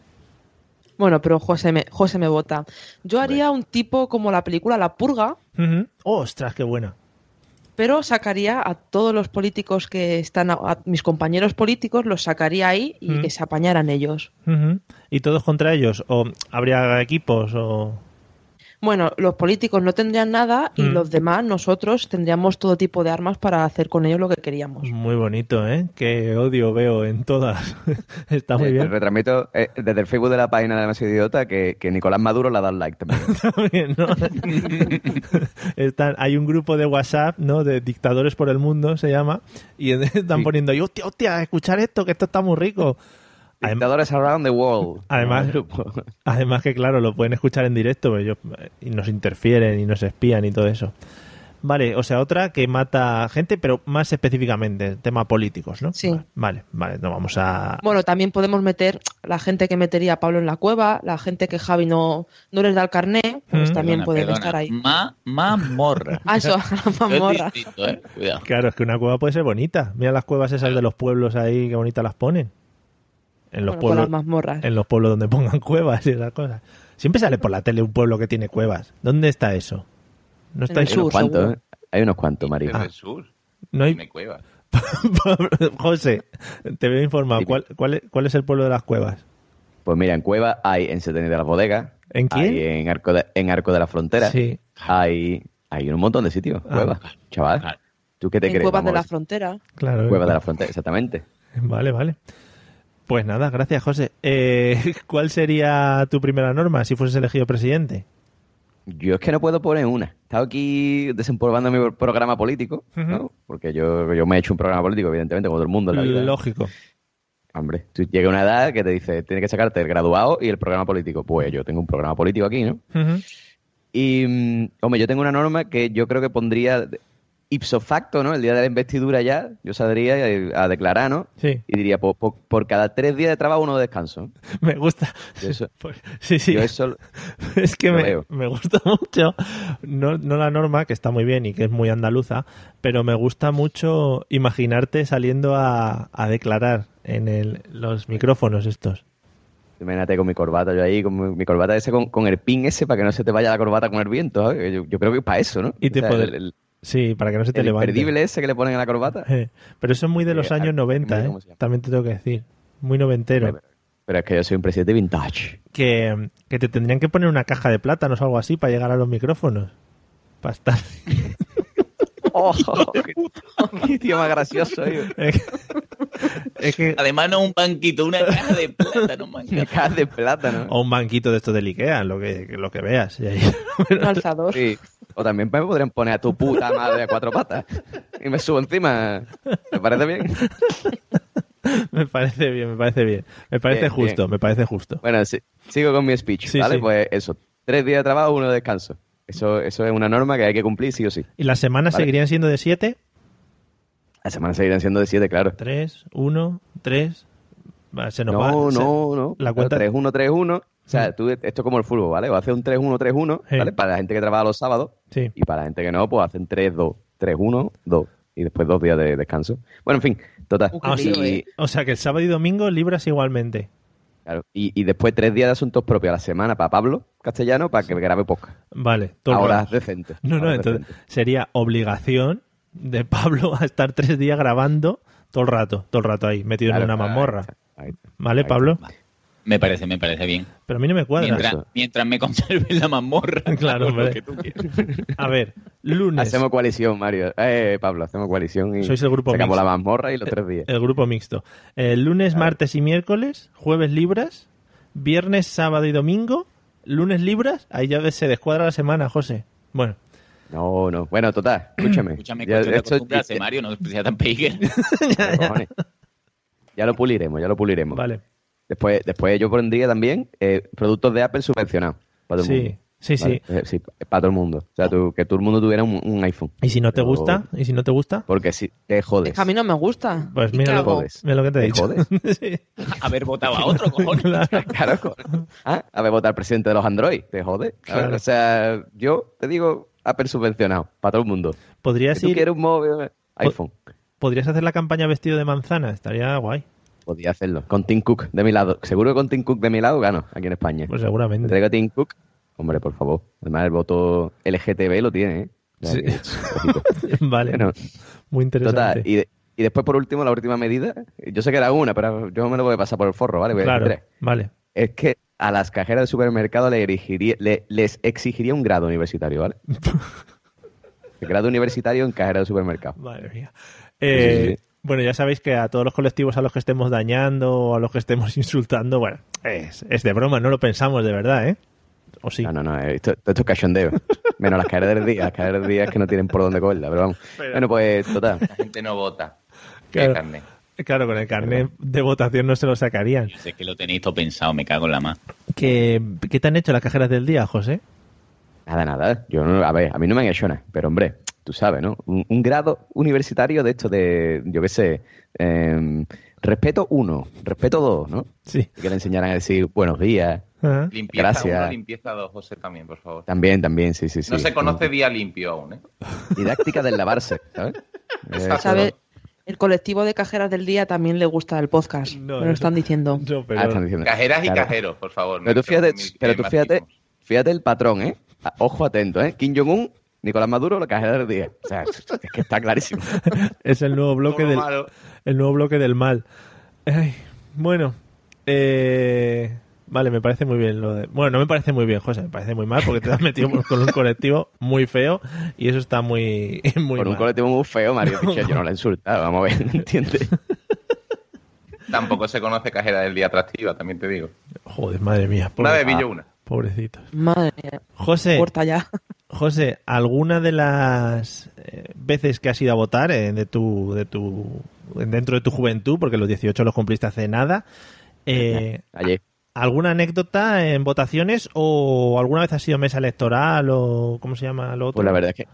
Speaker 3: Bueno, pero José me, José me vota. Yo haría un tipo como la película La Purga,
Speaker 1: Ujú. ¡Ostras, qué buena!
Speaker 3: pero sacaría a todos los políticos que están, a, a mis compañeros políticos, los sacaría ahí y
Speaker 1: Mm.
Speaker 3: que se apañaran ellos.
Speaker 1: Ujú. ¿Y todos contra ellos? ¿O habría equipos? o
Speaker 3: Bueno, los políticos no tendrían nada y
Speaker 1: Mm.
Speaker 3: los demás, nosotros, tendríamos todo tipo de armas para hacer con ellos lo que queríamos.
Speaker 1: pues Muy bonito, ¿eh? Qué odio veo en todas. Está muy
Speaker 6: Eh,
Speaker 1: bien.
Speaker 6: Te retransmito eh, desde el Facebook de la página de Demasiado Idiota que, que Nicolás Maduro le ha dado like también.
Speaker 1: Bien, ¿no? Están- hay un grupo de WhatsApp, ¿no? De dictadores por el mundo, se llama, y están poniendo, ahí, hostia, hostia, escuchar esto, que esto está muy rico.
Speaker 6: Dictadores around the world.
Speaker 1: Además,
Speaker 6: ¿eh?
Speaker 1: además que, claro, lo pueden escuchar en directo, pero ellos, eh, y nos interfieren y nos espían y todo eso. Vale, o sea, otra que mata gente, pero más específicamente, tema políticos, ¿no?
Speaker 3: Sí.
Speaker 1: Vale, vale, no vamos a...
Speaker 3: Bueno, también podemos meter la gente que metería a Pablo en la cueva, la gente que Javi no, no les da el carné, pues
Speaker 1: Mm.
Speaker 3: también
Speaker 5: Perdona,
Speaker 3: pueden
Speaker 5: perdona. Mm.
Speaker 3: estar ahí.
Speaker 5: Ma- mamorra.
Speaker 3: Ah, eso, la mamorra.
Speaker 5: Es distinto, ¿eh? Cuidado.
Speaker 1: Claro, es que una cueva puede ser bonita. Mira las cuevas esas de los pueblos ahí, qué bonitas las ponen. En los
Speaker 3: Bueno, con las
Speaker 1: pueblos...
Speaker 3: mazmorras.
Speaker 1: en los pueblos donde pongan cuevas y esas cosas. Siempre sale por la tele un pueblo que tiene cuevas. ¿Dónde está eso? No está ahí.
Speaker 3: En el
Speaker 6: Hay unos
Speaker 3: sur,
Speaker 6: cuantos,
Speaker 3: seguro.
Speaker 6: ¿eh? Hay unos cuantos, María.
Speaker 2: Desde el sur.
Speaker 1: No hay.
Speaker 2: Tiene cuevas.
Speaker 1: José, te veo informado.
Speaker 6: Dime.
Speaker 1: ¿Cuál, cuál, es, cuál es el pueblo de las cuevas?
Speaker 6: Pues mira, en Cueva hay en Setén de las Bodegas.
Speaker 1: ¿En quién?
Speaker 6: Hay en Arco de, en Arco de la Frontera.
Speaker 1: Sí.
Speaker 6: Hay, hay un montón de sitios.
Speaker 1: Ah.
Speaker 6: Cuevas, chaval.
Speaker 5: Claro.
Speaker 6: ¿Tú qué te
Speaker 3: en
Speaker 6: crees?
Speaker 3: Cuevas de la
Speaker 6: Vamos,
Speaker 3: Frontera.
Speaker 1: Claro.
Speaker 6: Cueva de la Frontera, exactamente.
Speaker 1: Vale, vale. Pues nada, gracias, José. Eh, ¿Cuál sería tu primera norma si fueses elegido presidente?
Speaker 6: Yo es que no puedo poner una. He estado aquí desempolvando mi programa político, ¿no?
Speaker 1: Ujú.
Speaker 6: Porque yo, yo me he hecho un programa político, evidentemente, como todo el mundo en la vida.
Speaker 1: Lógico.
Speaker 6: Hombre, tú llega una edad que te dice, tienes que sacarte el graduado y el programa político. Pues yo tengo un programa político aquí, ¿no?
Speaker 1: Ujú.
Speaker 6: Y, mm, hombre, yo tengo una norma que yo creo que pondría ipso facto, ¿no? El día de la investidura ya, yo saldría eh, a declarar, ¿no?
Speaker 1: Sí,
Speaker 6: Y diría, por, por- por cada tres días de trabajo, uno de descanso.
Speaker 1: me gusta.
Speaker 6: Yo eso,
Speaker 1: Pues- sí, sí.
Speaker 6: yo eso-
Speaker 1: Es que
Speaker 6: Lo
Speaker 1: me,
Speaker 6: veo.
Speaker 1: me gusta mucho, no, no la norma, que está muy bien y que es muy andaluza, pero me gusta mucho imaginarte saliendo a, a declarar en el, los micrófonos estos.
Speaker 6: imagínate con mi corbata yo ahí, con mi, mi corbata ese, con, con el pin ese, para que no se te vaya la corbata con el viento, ¿sabes? Yo, yo creo que es para eso, ¿no?
Speaker 1: Y te poder-
Speaker 6: El, el-
Speaker 1: Sí, para que no se te
Speaker 6: el
Speaker 1: levante.
Speaker 6: imperdible ese que le ponen a la corbata.
Speaker 1: Eh, Pero eso es muy de los
Speaker 6: Eh,
Speaker 1: años
Speaker 6: ah,
Speaker 1: 90,
Speaker 6: mira
Speaker 1: eh,
Speaker 6: cómo se llama.
Speaker 1: también te tengo que decir. Muy noventero.
Speaker 6: Pero es que yo soy un presidente vintage.
Speaker 1: Que, que te tendrían que poner una caja de plátanos o algo así para llegar a los micrófonos. Para estar.
Speaker 6: ¡Oh! qué, qué tío más gracioso! tío.
Speaker 1: es que,
Speaker 5: Además, no un banquito, una caja de plátano, man.
Speaker 6: Me cagas de plátano.
Speaker 1: o un banquito de estos del Ikea, lo que, lo que veas. y ahí-
Speaker 3: Un alzador.
Speaker 6: Sí. O también me podrían poner a tu puta madre a cuatro patas. Y me subo encima. ¿Me parece bien?
Speaker 1: me parece bien, me parece bien. Me parece
Speaker 6: Bien,
Speaker 1: justo,
Speaker 6: bien.
Speaker 1: me parece justo.
Speaker 6: Bueno, sí, sigo con mi speech,
Speaker 1: Sí,
Speaker 6: ¿vale?
Speaker 1: sí.
Speaker 6: Pues eso. Tres días de trabajo, uno de descanso. Eso, eso es una norma que hay que cumplir sí o sí.
Speaker 1: ¿Y las semanas
Speaker 6: Vale.
Speaker 1: seguirían siendo de 7?
Speaker 6: La semana seguirán siendo de siete, claro.
Speaker 1: 3, 1, 3. Se nos
Speaker 6: No,
Speaker 1: va.
Speaker 6: no,
Speaker 1: se-
Speaker 6: no.
Speaker 1: la cuenta-
Speaker 6: 3-1, 3-1. O sea, tú, esto es como el fútbol, ¿vale? O haces un 3-1, 3-1,
Speaker 1: Sí.
Speaker 6: ¿vale? Para la gente que trabaja los sábados.
Speaker 1: Sí.
Speaker 6: Y para la gente que no, pues hacen 3-2. 3-1, 2. Y después dos días de descanso. Bueno, en fin, total.
Speaker 3: Uh, qué
Speaker 1: Ah, o, sea,
Speaker 3: lío,
Speaker 6: y,
Speaker 3: eh.
Speaker 1: o sea que el sábado y domingo libras igualmente.
Speaker 6: Claro, y, y después tres días de asuntos propios a la semana para Pablo Castellano para que grabe podcast.
Speaker 1: Vale, todo el
Speaker 6: Ahora es
Speaker 1: rato.
Speaker 6: decente.
Speaker 1: No, no,
Speaker 6: ahora es
Speaker 1: entonces
Speaker 6: decente.
Speaker 1: sería obligación de Pablo a estar tres días grabando todo el rato, todo el rato ahí, metido
Speaker 6: Claro,
Speaker 1: en una
Speaker 6: ahí
Speaker 1: mazmorra.
Speaker 6: está, ahí está.
Speaker 1: ¿Vale,
Speaker 6: ahí está.
Speaker 1: Pablo?
Speaker 5: Me parece, me parece bien.
Speaker 1: Pero a mí no me cuadra.
Speaker 5: Mientras,
Speaker 6: eso.
Speaker 5: mientras me conserven la mazmorra.
Speaker 1: Claro,
Speaker 5: hago lo
Speaker 1: hombre.
Speaker 5: que tú quieras.
Speaker 1: A ver, lunes,
Speaker 6: Hacemos coalición, Mario. Eh, Pablo, hacemos coalición y
Speaker 1: Sois el grupo eh.
Speaker 6: sacamos
Speaker 1: mixto.
Speaker 6: la mazmorra y los tres días.
Speaker 1: el grupo mixto. Eh, lunes, martes y miércoles, jueves libras, viernes, sábado y domingo, lunes libras, ahí ya se descuadra la semana, José. Bueno,
Speaker 6: No, no. Bueno, total, escúchame.
Speaker 5: Escúchame,
Speaker 6: ya,
Speaker 5: coño, te
Speaker 6: esto-
Speaker 5: acostumbrarse, Mario, no seas tan peiguer.
Speaker 6: ya, cojones. Ya lo puliremos, ya lo puliremos.
Speaker 1: vale.
Speaker 6: Después, después yo pondría también eh, productos de Apple subvencionados. Para todo el
Speaker 1: Sí,
Speaker 6: mundo.
Speaker 1: sí, sí.
Speaker 6: Vale, eh, sí, para todo el mundo. O sea, tú- que todo el mundo tuviera un, un iPhone.
Speaker 1: ¿Y si no te
Speaker 6: Pero- Pues
Speaker 1: gusta? ¿Y si no te gusta?
Speaker 6: Porque si te jodes.
Speaker 5: pues.
Speaker 3: Es que a mí no me gusta.
Speaker 1: Pues
Speaker 3: ¿Y
Speaker 1: mira
Speaker 3: qué
Speaker 1: lo-
Speaker 3: hago?
Speaker 6: jodes.
Speaker 1: Mira lo que te he
Speaker 6: ¿Te
Speaker 1: dicho.
Speaker 6: jodes?
Speaker 1: Sí,
Speaker 5: Haber votado a otro, cojones.
Speaker 1: claro.
Speaker 6: Claro, co- ah, a ver, votar presidente de los Android, te jode. A ver,
Speaker 1: Claro.
Speaker 6: O sea, yo te digo, Apple subvencionado, para todo el mundo. Si
Speaker 1: ¿Podrías,
Speaker 6: tú
Speaker 1: ir-
Speaker 6: quieres un móvil, iPhone,
Speaker 1: podrías hacer la campaña vestido de manzana, estaría guay.
Speaker 6: podía hacerlo. Con Tim Cook de mi lado. Seguro que con Tim Cook de mi lado gano aquí en España.
Speaker 1: Pues
Speaker 6: Te
Speaker 1: seguramente.
Speaker 6: traigo a Tim Cook. Hombre, por favor. Además, el voto LGTB lo tiene, ¿eh? O sea,
Speaker 1: Sí.
Speaker 6: que-
Speaker 1: Vale,
Speaker 6: Bueno,
Speaker 1: muy interesante.
Speaker 6: total. Y, de- y después, por último, la última medida. Yo sé que era una, pero yo me lo voy a pasar por el forro, ¿vale? Voy a decir
Speaker 1: claro,
Speaker 6: tres.
Speaker 1: vale.
Speaker 6: Es que a las cajeras del supermercado le erigiría- le- les exigiría un grado universitario, ¿vale? El grado universitario en cajera del supermercado.
Speaker 1: Madre mía. Eh,
Speaker 6: Sí, sí,
Speaker 1: Bueno, ya sabéis que a todos los colectivos a los que estemos dañando o a los que estemos insultando, bueno, es, es de broma, no lo pensamos de verdad, ¿eh? ¿O sí?
Speaker 6: No, no, no, esto, esto es cachondeo. Menos las cajeras del día. Las cajeras del día es que no tienen por dónde cogerla, pero vamos.
Speaker 2: Pero-
Speaker 6: Bueno, pues total.
Speaker 2: La gente no vota.
Speaker 1: Claro.
Speaker 2: Qué carne.
Speaker 1: Claro, con el carnet de votación no se lo sacarían.
Speaker 5: Sé que lo tenéis todo pensado, me cago en la más.
Speaker 1: ¿Qué, qué te han hecho las cajeras del día, José?
Speaker 6: Nada, nada. Yo no, a ver, a mí no me han hecho nada, pero hombre, tú sabes, ¿no? Un, un grado universitario de esto de, yo qué sé, em, respeto uno, respeto dos, ¿no?
Speaker 1: Sí.
Speaker 6: Que le enseñaran a decir buenos días.
Speaker 2: Limpieza
Speaker 6: Gracias.
Speaker 2: uno, limpieza dos, José, también, por favor.
Speaker 6: También, también, sí, sí, sí.
Speaker 2: No se conoce día limpio aún, ¿eh?
Speaker 6: Didáctica del lavarse, ¿sabes? Eh,
Speaker 2: Exacto.
Speaker 6: ¿sabes?
Speaker 3: ¿Sabes? El colectivo de cajeras del día también le gusta el podcast.
Speaker 1: No,
Speaker 3: me
Speaker 1: no.
Speaker 3: lo están diciendo.
Speaker 1: No, pero...
Speaker 6: Ah, están diciendo.
Speaker 2: Cajeras y
Speaker 6: Claro.
Speaker 2: cajeros, por favor.
Speaker 6: Pero tú
Speaker 2: no
Speaker 6: fíjate,
Speaker 2: mis-
Speaker 6: pero
Speaker 2: mis
Speaker 6: tú fíjate,
Speaker 2: machismos.
Speaker 6: fíjate el patrón, ¿eh? A- Ojo atento, ¿eh? Kim Jong-un, Nicolás Maduro, la cajera del día. O sea, es que está clarísimo.
Speaker 1: Es el nuevo bloque
Speaker 2: Todo
Speaker 1: del,
Speaker 2: malo.
Speaker 1: el nuevo bloque del mal. Ay, bueno, eh, vale, me parece muy bien lo de. Bueno, no me parece muy bien, José, me parece muy mal porque te has metido por- con un colectivo muy feo y eso está muy, muy
Speaker 6: Por un
Speaker 1: mal.
Speaker 6: colectivo muy feo, Mario Pichel, yo no la he insultado, vamos a ver, ¿entiendes?
Speaker 2: Tampoco se conoce cajera del día atractiva, también te digo.
Speaker 1: Joder, madre mía,
Speaker 2: Una
Speaker 1: pobre- ah,
Speaker 2: vez vi yo una.
Speaker 1: pobrecitos.
Speaker 3: Madre mía,
Speaker 1: José,
Speaker 3: corta ya.
Speaker 1: José, ¿alguna de las eh, veces que has ido a votar eh, de tu, de tu, dentro de tu juventud, porque los 18 los cumpliste hace nada, eh,
Speaker 6: Ayer.
Speaker 1: ¿Alguna anécdota en votaciones o alguna vez ha sido mesa electoral o cómo se llama lo otro?
Speaker 6: Pues la verdad es que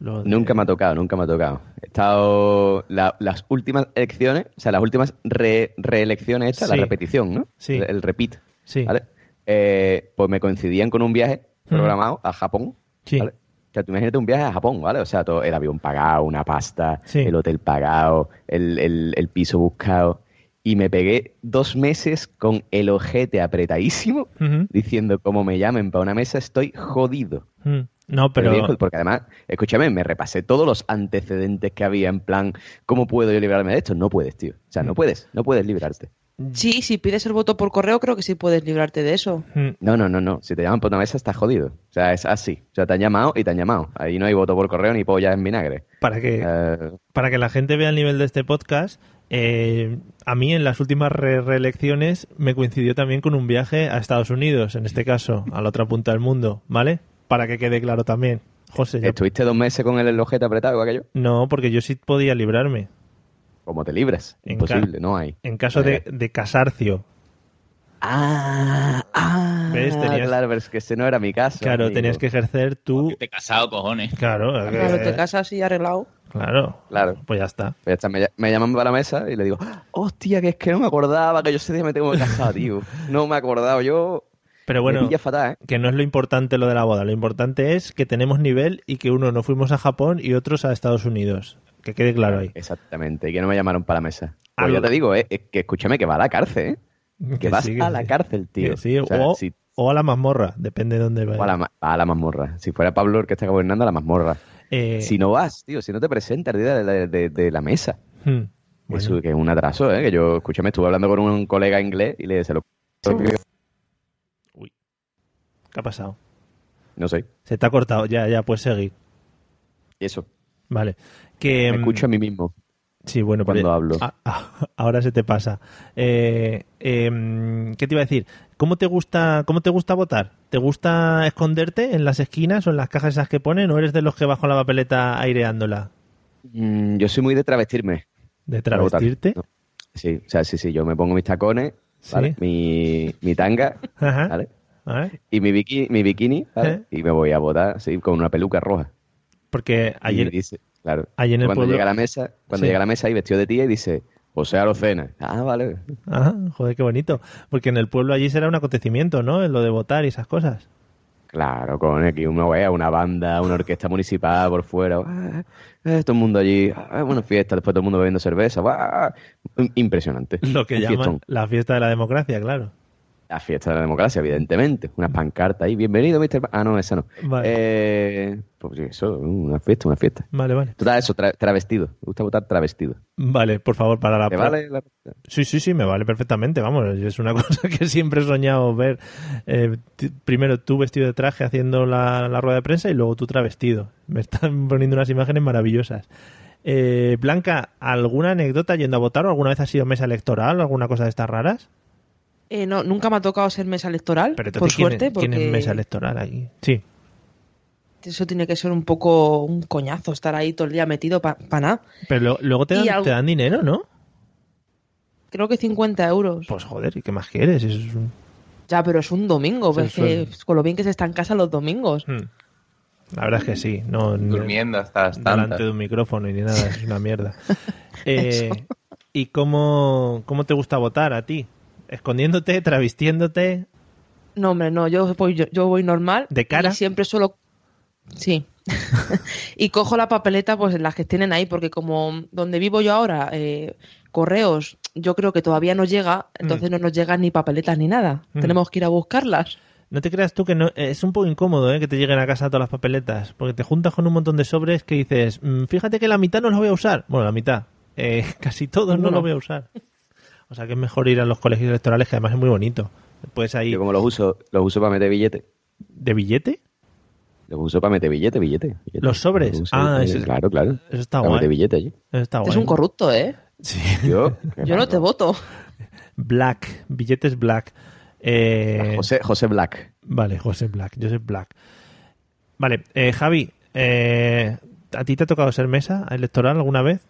Speaker 1: Lo de-
Speaker 6: nunca me ha tocado, nunca me ha tocado. He estado la- las últimas elecciones, o sea, las últimas re- reelecciones estas,
Speaker 1: Sí.
Speaker 6: la repetición, ¿no?
Speaker 1: Sí.
Speaker 6: El, el repeat,
Speaker 1: Sí.
Speaker 6: ¿vale? Eh, pues me coincidían con un viaje programado a Japón,
Speaker 1: Sí.
Speaker 6: ¿vale? O sea, tú imagínate un viaje a Japón, ¿vale? O sea, todo, el avión pagado, una pasta,
Speaker 1: Sí.
Speaker 6: el hotel pagado, el, el- el piso buscado. Y me pegué dos meses con el ojete apretadísimo,
Speaker 1: Ujú,
Speaker 6: diciendo, como me llamen para una mesa, estoy jodido.
Speaker 1: ujú. No,
Speaker 6: Pero bien,
Speaker 1: pero
Speaker 6: porque además, escúchame, me repasé todos los antecedentes que había en plan, ¿cómo puedo yo librarme de esto? No puedes, tío. O sea, no puedes, no puedes librarte.
Speaker 3: Sí, si pides el voto por correo, creo que sí puedes librarte de eso.
Speaker 1: ujú,
Speaker 6: No, no, no, no. Si te llaman por una mesa, estás jodido. O sea, es así. O sea, te han llamado y te han llamado. Ahí no hay voto por correo ni polla en vinagre.
Speaker 1: para que
Speaker 6: Eh,
Speaker 1: para que la gente vea el nivel de este podcast, eh, a mí en las últimas re- reelecciones me coincidió también con un viaje a Estados Unidos, en este caso, a la otra punta del mundo, ¿vale? Para que quede claro también. José, yo-
Speaker 6: ¿Estuviste dos meses con el elojete apretado igual que yo?
Speaker 1: no, porque yo sí podía librarme.
Speaker 6: ¿Cómo te libras?
Speaker 1: En
Speaker 6: Imposible, no hay.
Speaker 1: En caso
Speaker 6: Eh.
Speaker 1: de, de casarcio,
Speaker 6: Ah, ah.
Speaker 1: ¿Ves? Tenías-
Speaker 6: Claro, pero es que ese no era mi caso.
Speaker 1: claro,
Speaker 6: amigo.
Speaker 1: tenías que ejercer tú.
Speaker 5: Porque Te he casado, cojones.
Speaker 1: Claro,
Speaker 3: Claro,
Speaker 1: eh,
Speaker 3: te casas y arreglado.
Speaker 1: claro,
Speaker 6: Claro.
Speaker 1: pues ya está.
Speaker 6: Pues ya está, me, ll- me llaman para la mesa y le digo, "Ah, hostia, que es que no me acordaba que yo ese día me tengo que casar, tío. No me he acordado yo.
Speaker 1: Pero bueno,
Speaker 6: Me pilla fatal, ¿eh?
Speaker 1: que no es lo importante lo de la boda, lo importante es que tenemos nivel y que uno no fuimos a Japón y otros a Estados Unidos. Que quede claro ahí.
Speaker 6: Exactamente, y que no me llamaron para la mesa.
Speaker 1: Ah,
Speaker 6: Pues ya
Speaker 1: lo-
Speaker 6: te digo, eh, es que escúchame, que va a la cárcel, ¿eh? Que vas
Speaker 1: sí,
Speaker 6: a la
Speaker 1: sí.
Speaker 6: cárcel, tío.
Speaker 1: Que sí,
Speaker 6: O sea,
Speaker 1: o,
Speaker 6: si-
Speaker 1: o a la mazmorra, depende de dónde
Speaker 6: o a, la,
Speaker 1: vayas.
Speaker 6: ma- a la mazmorra. Si fuera Pablo el que está gobernando, a la mazmorra.
Speaker 1: Eh,
Speaker 6: Si no vas, tío, si no te presentas el día de la, de- de la mesa.
Speaker 1: hmm, bueno,
Speaker 6: Eso que es un atraso, ¿eh? Que yo, escúchame, estuve hablando con un colega inglés y le se lo...
Speaker 1: ¿Qué ha pasado?
Speaker 6: No sé,
Speaker 1: Se te ha cortado, ya, ya, puedes seguir.
Speaker 6: eso.
Speaker 1: Vale. Que,
Speaker 6: Eh, Me
Speaker 1: mm,
Speaker 6: escucho a mí mismo
Speaker 1: Sí, bueno, pero-
Speaker 6: cuando hablo.
Speaker 1: Ah, ah, ahora se te pasa. Eh, em, ¿Qué te iba a decir? ¿Cómo te gusta, cómo te gusta votar? ¿Te gusta esconderte en las esquinas o en las cajas esas que ponen? ¿O eres de los que vas con la papeleta aireándola?
Speaker 6: Mm, yo soy muy de travestirme.
Speaker 1: ¿De
Speaker 6: para votar.
Speaker 1: travestirte?
Speaker 6: No. Sí, o sea, sí, sí, yo me pongo mis tacones,
Speaker 1: Sí.
Speaker 6: ¿vale? Mi, mi tanga,
Speaker 1: Ajá.
Speaker 6: ¿vale?
Speaker 1: ¿Eh?
Speaker 6: Y mi bikini, mi bikini ¿vale?
Speaker 1: ¿Eh?
Speaker 6: Y me voy a votar, sí, con una peluca roja.
Speaker 1: Porque
Speaker 6: Y
Speaker 1: ayer,
Speaker 6: dice, claro,
Speaker 1: ayer en el
Speaker 6: cuando
Speaker 1: pueblo-
Speaker 6: llega a la mesa, cuando
Speaker 1: Sí.
Speaker 6: llega a la mesa y vestido de tía y dice, José Arocena. Ah, vale.
Speaker 1: Ajá, joder, qué bonito. Porque en el pueblo allí será un acontecimiento, ¿no? Lo de votar y esas cosas.
Speaker 6: Claro, con aquí uno vea una banda, una orquesta municipal por fuera, ah, eh, todo el mundo allí, ah, una fiesta, después todo el mundo bebiendo cerveza, ah, impresionante.
Speaker 1: Lo que
Speaker 6: Un
Speaker 1: llaman
Speaker 6: fiestón.
Speaker 1: la fiesta de la democracia, claro.
Speaker 6: La fiesta de la democracia, evidentemente. Una pancarta ahí. Bienvenido, Mr. Pa-". Ah, no, esa no.
Speaker 1: Mm. Vale.
Speaker 6: Eh, pues sí, eso, una fiesta, una fiesta.
Speaker 1: Vale, vale.
Speaker 6: Total, eso, tra- travestido. Me gusta votar travestido.
Speaker 1: Vale, por favor, para la
Speaker 6: ¿Te
Speaker 1: pro-
Speaker 6: vale la-
Speaker 1: Sí, sí, sí, me vale perfectamente. Vamos, es una cosa que siempre he soñado ver. eh, t- primero tú vestido de traje haciendo la, la rueda de prensa y luego tú travestido. Me están poniendo unas imágenes maravillosas. Eh, Blanca, ¿alguna anécdota yendo a votar o alguna vez has sido mesa electoral o alguna cosa de estas raras?
Speaker 3: Eh, no, nunca me ha tocado ser mesa electoral,
Speaker 1: Pero
Speaker 3: por
Speaker 1: entonces, ¿quién,
Speaker 3: suerte,
Speaker 1: es- quién es
Speaker 3: porque
Speaker 1: mesa electoral aquí? Sí.
Speaker 3: eso tiene que ser un poco un coñazo estar ahí todo el día metido para nada.
Speaker 1: Pero lo- luego te
Speaker 3: Y
Speaker 1: dan,
Speaker 3: al-
Speaker 1: te dan dinero, ¿no?
Speaker 3: Creo que 50 euros.
Speaker 1: Pues joder, ¿y qué más quieres? Eso es un-
Speaker 3: Ya, pero es un domingo,
Speaker 1: Sí,
Speaker 3: pues que-
Speaker 1: suena.
Speaker 3: con lo bien que se está en casa los domingos.
Speaker 1: Hmm. La verdad es que sí. No, no-
Speaker 2: Durmiendo hasta las tantas.
Speaker 1: delante de un micrófono y ni nada, es una mierda. Eh, ¿Y cómo, cómo te gusta votar a ti? ¿Escondiéndote, travestiéndote?
Speaker 3: No, hombre, no, yo voy, yo, yo voy normal.
Speaker 1: ¿De cara?
Speaker 3: Y siempre solo... Sí. y cojo la papeleta, pues las que tienen ahí, porque como donde vivo yo ahora, eh, correos, yo creo que todavía no llega, entonces no nos llegan ni papeletas ni nada.
Speaker 1: Mm.
Speaker 3: Tenemos que ir a buscarlas.
Speaker 1: No te creas tú que no, es un poco incómodo ¿eh? que te lleguen a casa todas las papeletas, porque te juntas con un montón de sobres que dices, "Mm, fíjate que la mitad no la voy a usar. Bueno, la mitad, eh, casi todos no
Speaker 3: Ninguno.
Speaker 1: lo voy a usar. O sea que es mejor ir a los colegios electorales, que además es muy bonito. Puedes ahí
Speaker 6: Yo como los uso, los uso para meter billete.
Speaker 1: de billete,
Speaker 6: Los uso para meter billete, billete. billete.
Speaker 1: Los sobres.
Speaker 6: Los uso,
Speaker 1: Ah,
Speaker 6: eh,
Speaker 1: ese-
Speaker 6: claro, claro.
Speaker 1: eso está
Speaker 6: para meter
Speaker 1: guay.
Speaker 6: billete allí.
Speaker 1: Eso está
Speaker 3: Es
Speaker 1: guay.
Speaker 3: un corrupto, ¿eh?
Speaker 1: Sí.
Speaker 6: Yo, qué
Speaker 3: Yo no
Speaker 6: malo.
Speaker 3: te voto.
Speaker 1: Black, billetes black. Eh,
Speaker 6: José, José Black.
Speaker 1: Vale, José Black, Joseph Black. Vale, eh, Javi, eh, ¿a ti te ha tocado ser mesa electoral alguna vez?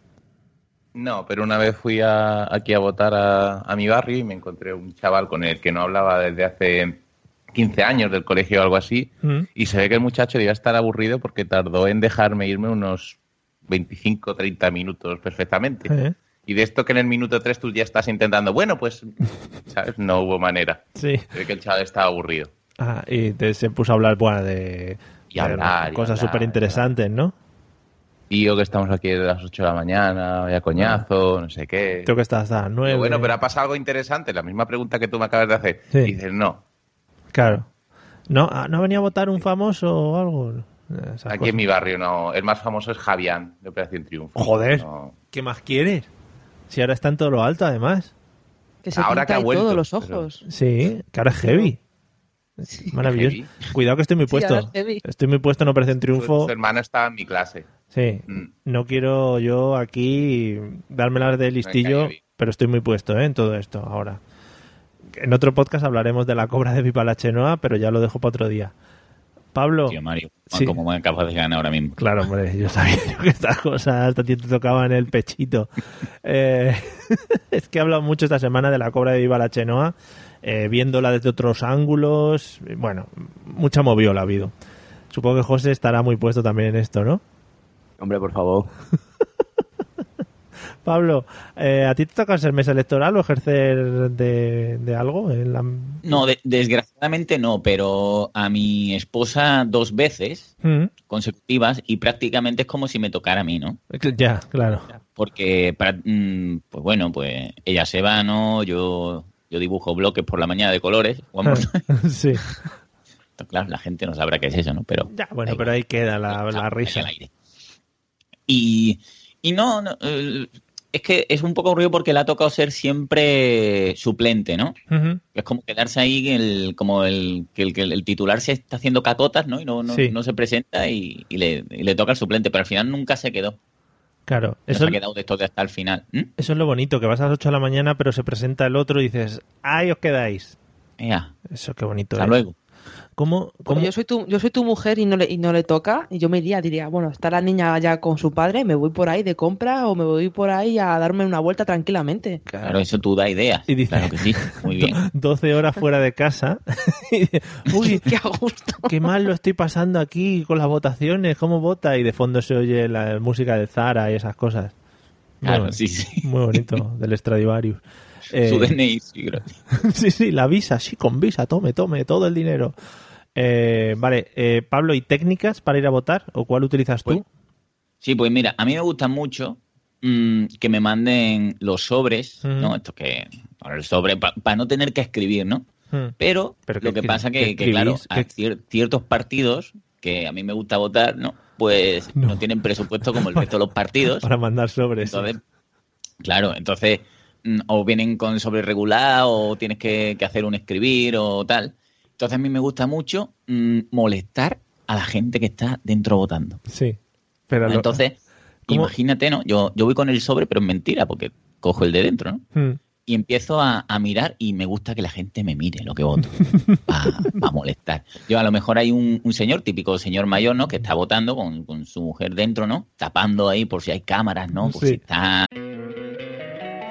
Speaker 2: No, pero una vez fui a- aquí a votar a, a mi barrio y me encontré un chaval con el que no hablaba desde hace 15 años del colegio o algo así.
Speaker 1: Mm.
Speaker 2: Y se ve que el muchacho iba a estar aburrido porque tardó en dejarme irme unos 25, 30 minutos perfectamente.
Speaker 1: Eh,
Speaker 2: Y de esto que en el minuto 3 tú ya estás intentando, bueno, pues, ¿sabes? No hubo manera.
Speaker 1: Sí.
Speaker 2: Se ve que el chaval estaba aburrido.
Speaker 1: Ah, y te- se puso a hablar bueno, de,
Speaker 2: Y hablar, y
Speaker 1: cosas
Speaker 2: hablar,
Speaker 1: súper interesantes, ¿no?
Speaker 2: Y yo que estamos aquí a las 8 de la mañana, vaya coñazo,
Speaker 1: Ah.
Speaker 2: no sé qué.
Speaker 1: Creo que estás hasta las nueve.
Speaker 2: Digo, bueno, pero ha pasado algo interesante, la misma pregunta que tú me acabas de hacer.
Speaker 1: Sí.
Speaker 2: Y dices, no,
Speaker 1: Claro. ¿No, ah, ¿No ha venido a votar un famoso o algo? Eh, esas
Speaker 2: aquí
Speaker 1: cosas.
Speaker 2: en mi barrio no. El más famoso es Javián, de Operación Triunfo.
Speaker 1: Joder.
Speaker 2: No.
Speaker 1: ¿Qué más quieres? Si ahora está en todo lo alto, además.
Speaker 3: Que se
Speaker 2: Ahora
Speaker 3: pinta
Speaker 2: que ha
Speaker 3: y
Speaker 2: vuelto,
Speaker 3: todo, los
Speaker 2: pero-
Speaker 3: ojos.
Speaker 1: Sí, que ahora es heavy. Maravilloso. Cuidado que estoy muy
Speaker 3: Sí,
Speaker 1: puesto.
Speaker 3: ahora es heavy.
Speaker 1: estoy muy puesto en Operación
Speaker 2: Su,
Speaker 1: Triunfo.
Speaker 2: su hermano estaba en mi clase.
Speaker 1: Sí,
Speaker 2: Mm.
Speaker 1: no quiero yo aquí dármelas de listillo,
Speaker 2: cayó bien.
Speaker 1: pero estoy muy puesto ¿eh? en todo esto ahora. En otro podcast hablaremos de la cobra de Pipa la Chenoa, pero ya lo dejo para otro día. Pablo,
Speaker 5: Tío, Mario,
Speaker 1: Oh. Sí.
Speaker 5: como me acabas de ganar ahora mismo.
Speaker 1: claro, hombre, yo sabía yo que estas cosas hasta a ti te tocaban el pechito. Eh, es que he hablado mucho esta semana de la cobra de Viva la Chenoa, eh, viéndola desde otros ángulos. eh, Bueno, mucha moviola ha habido. Supongo que José estará muy puesto también en esto, ¿no?
Speaker 6: Hombre, por favor.
Speaker 1: Pablo, eh, ¿a ti te toca ser mesa electoral o ejercer de, de algo? en la-
Speaker 5: No, de- desgraciadamente no, pero a mi esposa dos veces
Speaker 1: Mm,
Speaker 5: consecutivas y prácticamente es como si me tocara a mí, ¿no?
Speaker 1: Ya, claro.
Speaker 5: Porque, para- mm, pues bueno, pues ella se va, ¿no? Yo, yo dibujo bloques por la mañana de colores. Vamos,
Speaker 1: sí.
Speaker 5: claro, la gente no sabrá qué es eso, ¿no? Pero
Speaker 1: Ya, bueno,
Speaker 5: da
Speaker 1: pero ahí queda la,
Speaker 5: igual,
Speaker 1: la
Speaker 5: está
Speaker 1: risa.
Speaker 5: al aire. Y, y no, no, eh, es que es un poco aburrido porque le ha tocado ser siempre suplente, ¿no?
Speaker 1: Ujú,
Speaker 5: Es como quedarse ahí el, como el que el, que el titular se está haciendo catotas, ¿no? Y no, no,
Speaker 1: Sí.
Speaker 5: no se presenta y, y le, y le toca al suplente, pero al final nunca se quedó.
Speaker 1: Claro,
Speaker 5: No
Speaker 1: eso,
Speaker 5: se ha quedado de esto de hasta el final. ¿Mm?
Speaker 1: eso es lo bonito, que vas a las 8 de la mañana, pero se presenta el otro y dices, ahí os quedáis.
Speaker 5: Ea,
Speaker 1: Eso qué bonito
Speaker 5: hasta
Speaker 1: es.
Speaker 5: luego.
Speaker 1: ¿Cómo,
Speaker 3: Como
Speaker 1: cómo-
Speaker 3: yo soy tu, yo soy tu mujer y no le, y no le toca, y yo me iría, diría, bueno, está la niña allá con su padre, me voy por ahí de compra o me voy por ahí a darme una vuelta tranquilamente.
Speaker 5: Claro, eso tú da ideas.
Speaker 1: Y dice-
Speaker 5: Claro que sí, muy bien.
Speaker 1: 12 horas fuera de casa? y dices, Uy,
Speaker 3: Qué a gusto.
Speaker 1: qué mal lo estoy pasando aquí con las votaciones, cómo vota, y de fondo se oye la música de Zara y esas cosas.
Speaker 5: Claro,
Speaker 1: Bueno,
Speaker 5: sí, sí.
Speaker 1: Muy bonito, del Stradivarius. Eh,
Speaker 5: Su DNI, sí, creo.
Speaker 1: sí, sí, la visa, sí, con visa, tome, tome, todo el dinero. Eh, vale, eh, Pablo, ¿y técnicas para ir a votar? ¿O cuál utilizas tú?
Speaker 5: Sí, pues mira, a mí me gusta mucho mm, que me manden los sobres,
Speaker 1: Ujú.
Speaker 5: ¿no? Esto que. ahora El sobre, para no tener que escribir, ¿no?
Speaker 1: Hmm,
Speaker 5: Pero,
Speaker 1: Pero
Speaker 5: lo
Speaker 1: que-
Speaker 5: que pasa
Speaker 1: que-
Speaker 5: que,
Speaker 1: que
Speaker 5: que, claro,
Speaker 1: escribís,
Speaker 5: a cier- ciertos partidos que a mí me gusta votar, no, pues no, tienen presupuesto como el resto de los partidos.
Speaker 1: Para mandar sobres.
Speaker 5: Entonces, claro, entonces mm, o vienen con sobre regular o tienes que, que hacer un escribir o tal. Entonces a mí me gusta mucho mm, molestar a la gente que está dentro votando.
Speaker 1: Sí. Pero lo-
Speaker 5: Entonces,
Speaker 1: ¿Cómo?
Speaker 5: imagínate, ¿no? Yo, yo voy con el sobre, pero es mentira, porque cojo el de dentro, ¿no?
Speaker 1: Hmm.
Speaker 5: Y empiezo a, a mirar y me gusta que la gente me mire lo que voto. Para molestar. Yo a lo mejor hay un, un señor, típico señor mayor, ¿no? Que está votando con, con su mujer dentro, ¿no? Tapando ahí por si hay cámaras, ¿no? Por si está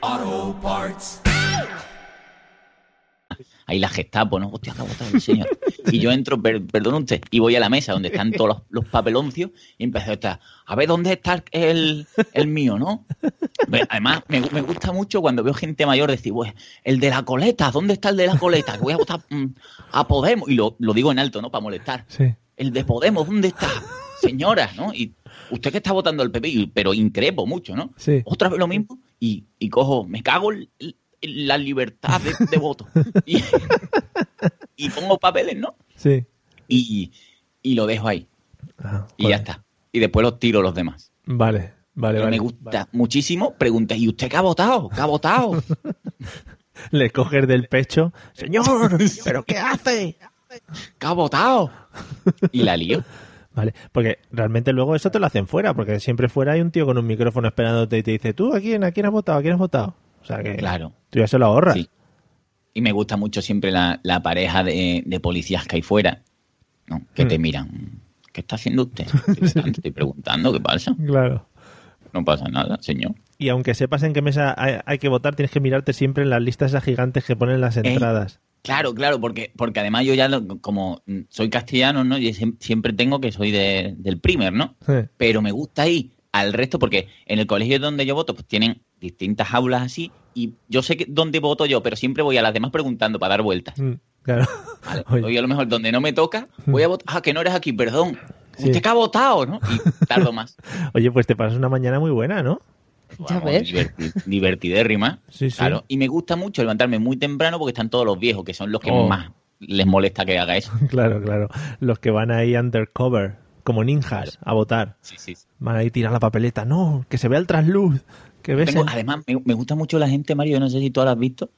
Speaker 4: Auto parts.
Speaker 5: ahí la Gestapo, ¿no? Hostia, que ha votado el señor. Y yo entro, per- perdón usted, y voy a la mesa donde están todos los, los papeloncios y empecé a estar, a ver dónde está el, el mío, ¿no? Ve- Además, me, gu- me gusta mucho cuando veo gente mayor decir, pues, el de la coleta, ¿dónde está el de la coleta? Que voy a votar mm, a Podemos. Y lo, lo digo en alto, ¿no? Para molestar.
Speaker 1: Sí.
Speaker 5: El de Podemos, ¿dónde está? Señora, ¿no? Y usted que está votando al PP, y- pero increpo mucho, ¿no?
Speaker 1: Sí.
Speaker 5: otra vez lo mismo y, y cojo, me cago en en la libertad de, de voto. Y, y pongo papeles, ¿no?
Speaker 1: Sí.
Speaker 5: Y, y lo dejo ahí.
Speaker 1: Ah,
Speaker 5: Y ya está. Y después los tiro los demás.
Speaker 1: Vale, vale,
Speaker 5: Pero
Speaker 1: vale.
Speaker 5: me gusta muchísimo preguntar, ¿y usted qué ha votado? ¿Qué ha votado?
Speaker 1: Le coges del pecho. Señor, pero qué hace?
Speaker 5: ¿Qué ha votado? Y la lío.
Speaker 1: Vale, porque realmente luego eso te lo hacen fuera, porque siempre fuera hay un tío con un micrófono esperándote y te dice, ¿tú a quién, a quién has votado? ¿A quién has votado? O sea que
Speaker 5: Claro.
Speaker 1: tú ya se lo ahorras.
Speaker 5: Sí. Y me gusta mucho siempre la, la pareja de, de policías que hay fuera, ¿no? que
Speaker 1: Hmm.
Speaker 5: te miran. ¿Qué está haciendo usted? Te estoy preguntando, ¿qué pasa?
Speaker 1: Claro.
Speaker 5: No pasa nada, señor.
Speaker 1: Y aunque sepas en qué mesa hay, hay que votar, tienes que mirarte siempre en las listas esas gigantes que ponen las entradas.
Speaker 5: Claro, claro, porque, porque además yo ya, lo- como mm, soy castellano, ¿no? Yo siem- siempre tengo que soy de- del primer, ¿no?
Speaker 1: Sí.
Speaker 5: Pero me gusta ir al resto porque en el colegio donde yo voto, pues tienen distintas aulas así y yo sé que dónde voto yo, pero siempre voy a las demás preguntando para dar vueltas.
Speaker 1: Mm, Claro.
Speaker 5: Vale,
Speaker 1: Oye.
Speaker 5: voy a lo mejor donde no me toca, voy a votar, ah, que no eres aquí, perdón.
Speaker 1: Sí.
Speaker 5: Usted que ha votado, ¿no? Y tardo más.
Speaker 1: Oye, pues te pasas una mañana muy buena, ¿no?
Speaker 3: Ya
Speaker 5: Vamos,
Speaker 3: ves.
Speaker 5: diverti- divertidérrima.
Speaker 1: Sí, sí.
Speaker 5: Claro. Y me gusta mucho levantarme muy temprano porque están todos los viejos, que son los que
Speaker 1: Oh.
Speaker 5: más les molesta que haga eso.
Speaker 1: Claro, claro. Los que van ahí undercover, como ninjas, a votar.
Speaker 5: Sí, sí, sí.
Speaker 1: Van ahí a tirar la papeleta. No, que se vea el trasluz. Que ves
Speaker 5: Tengo-
Speaker 1: el-
Speaker 5: además, me, me gusta mucho la gente, Mario, yo no sé si tú la has visto,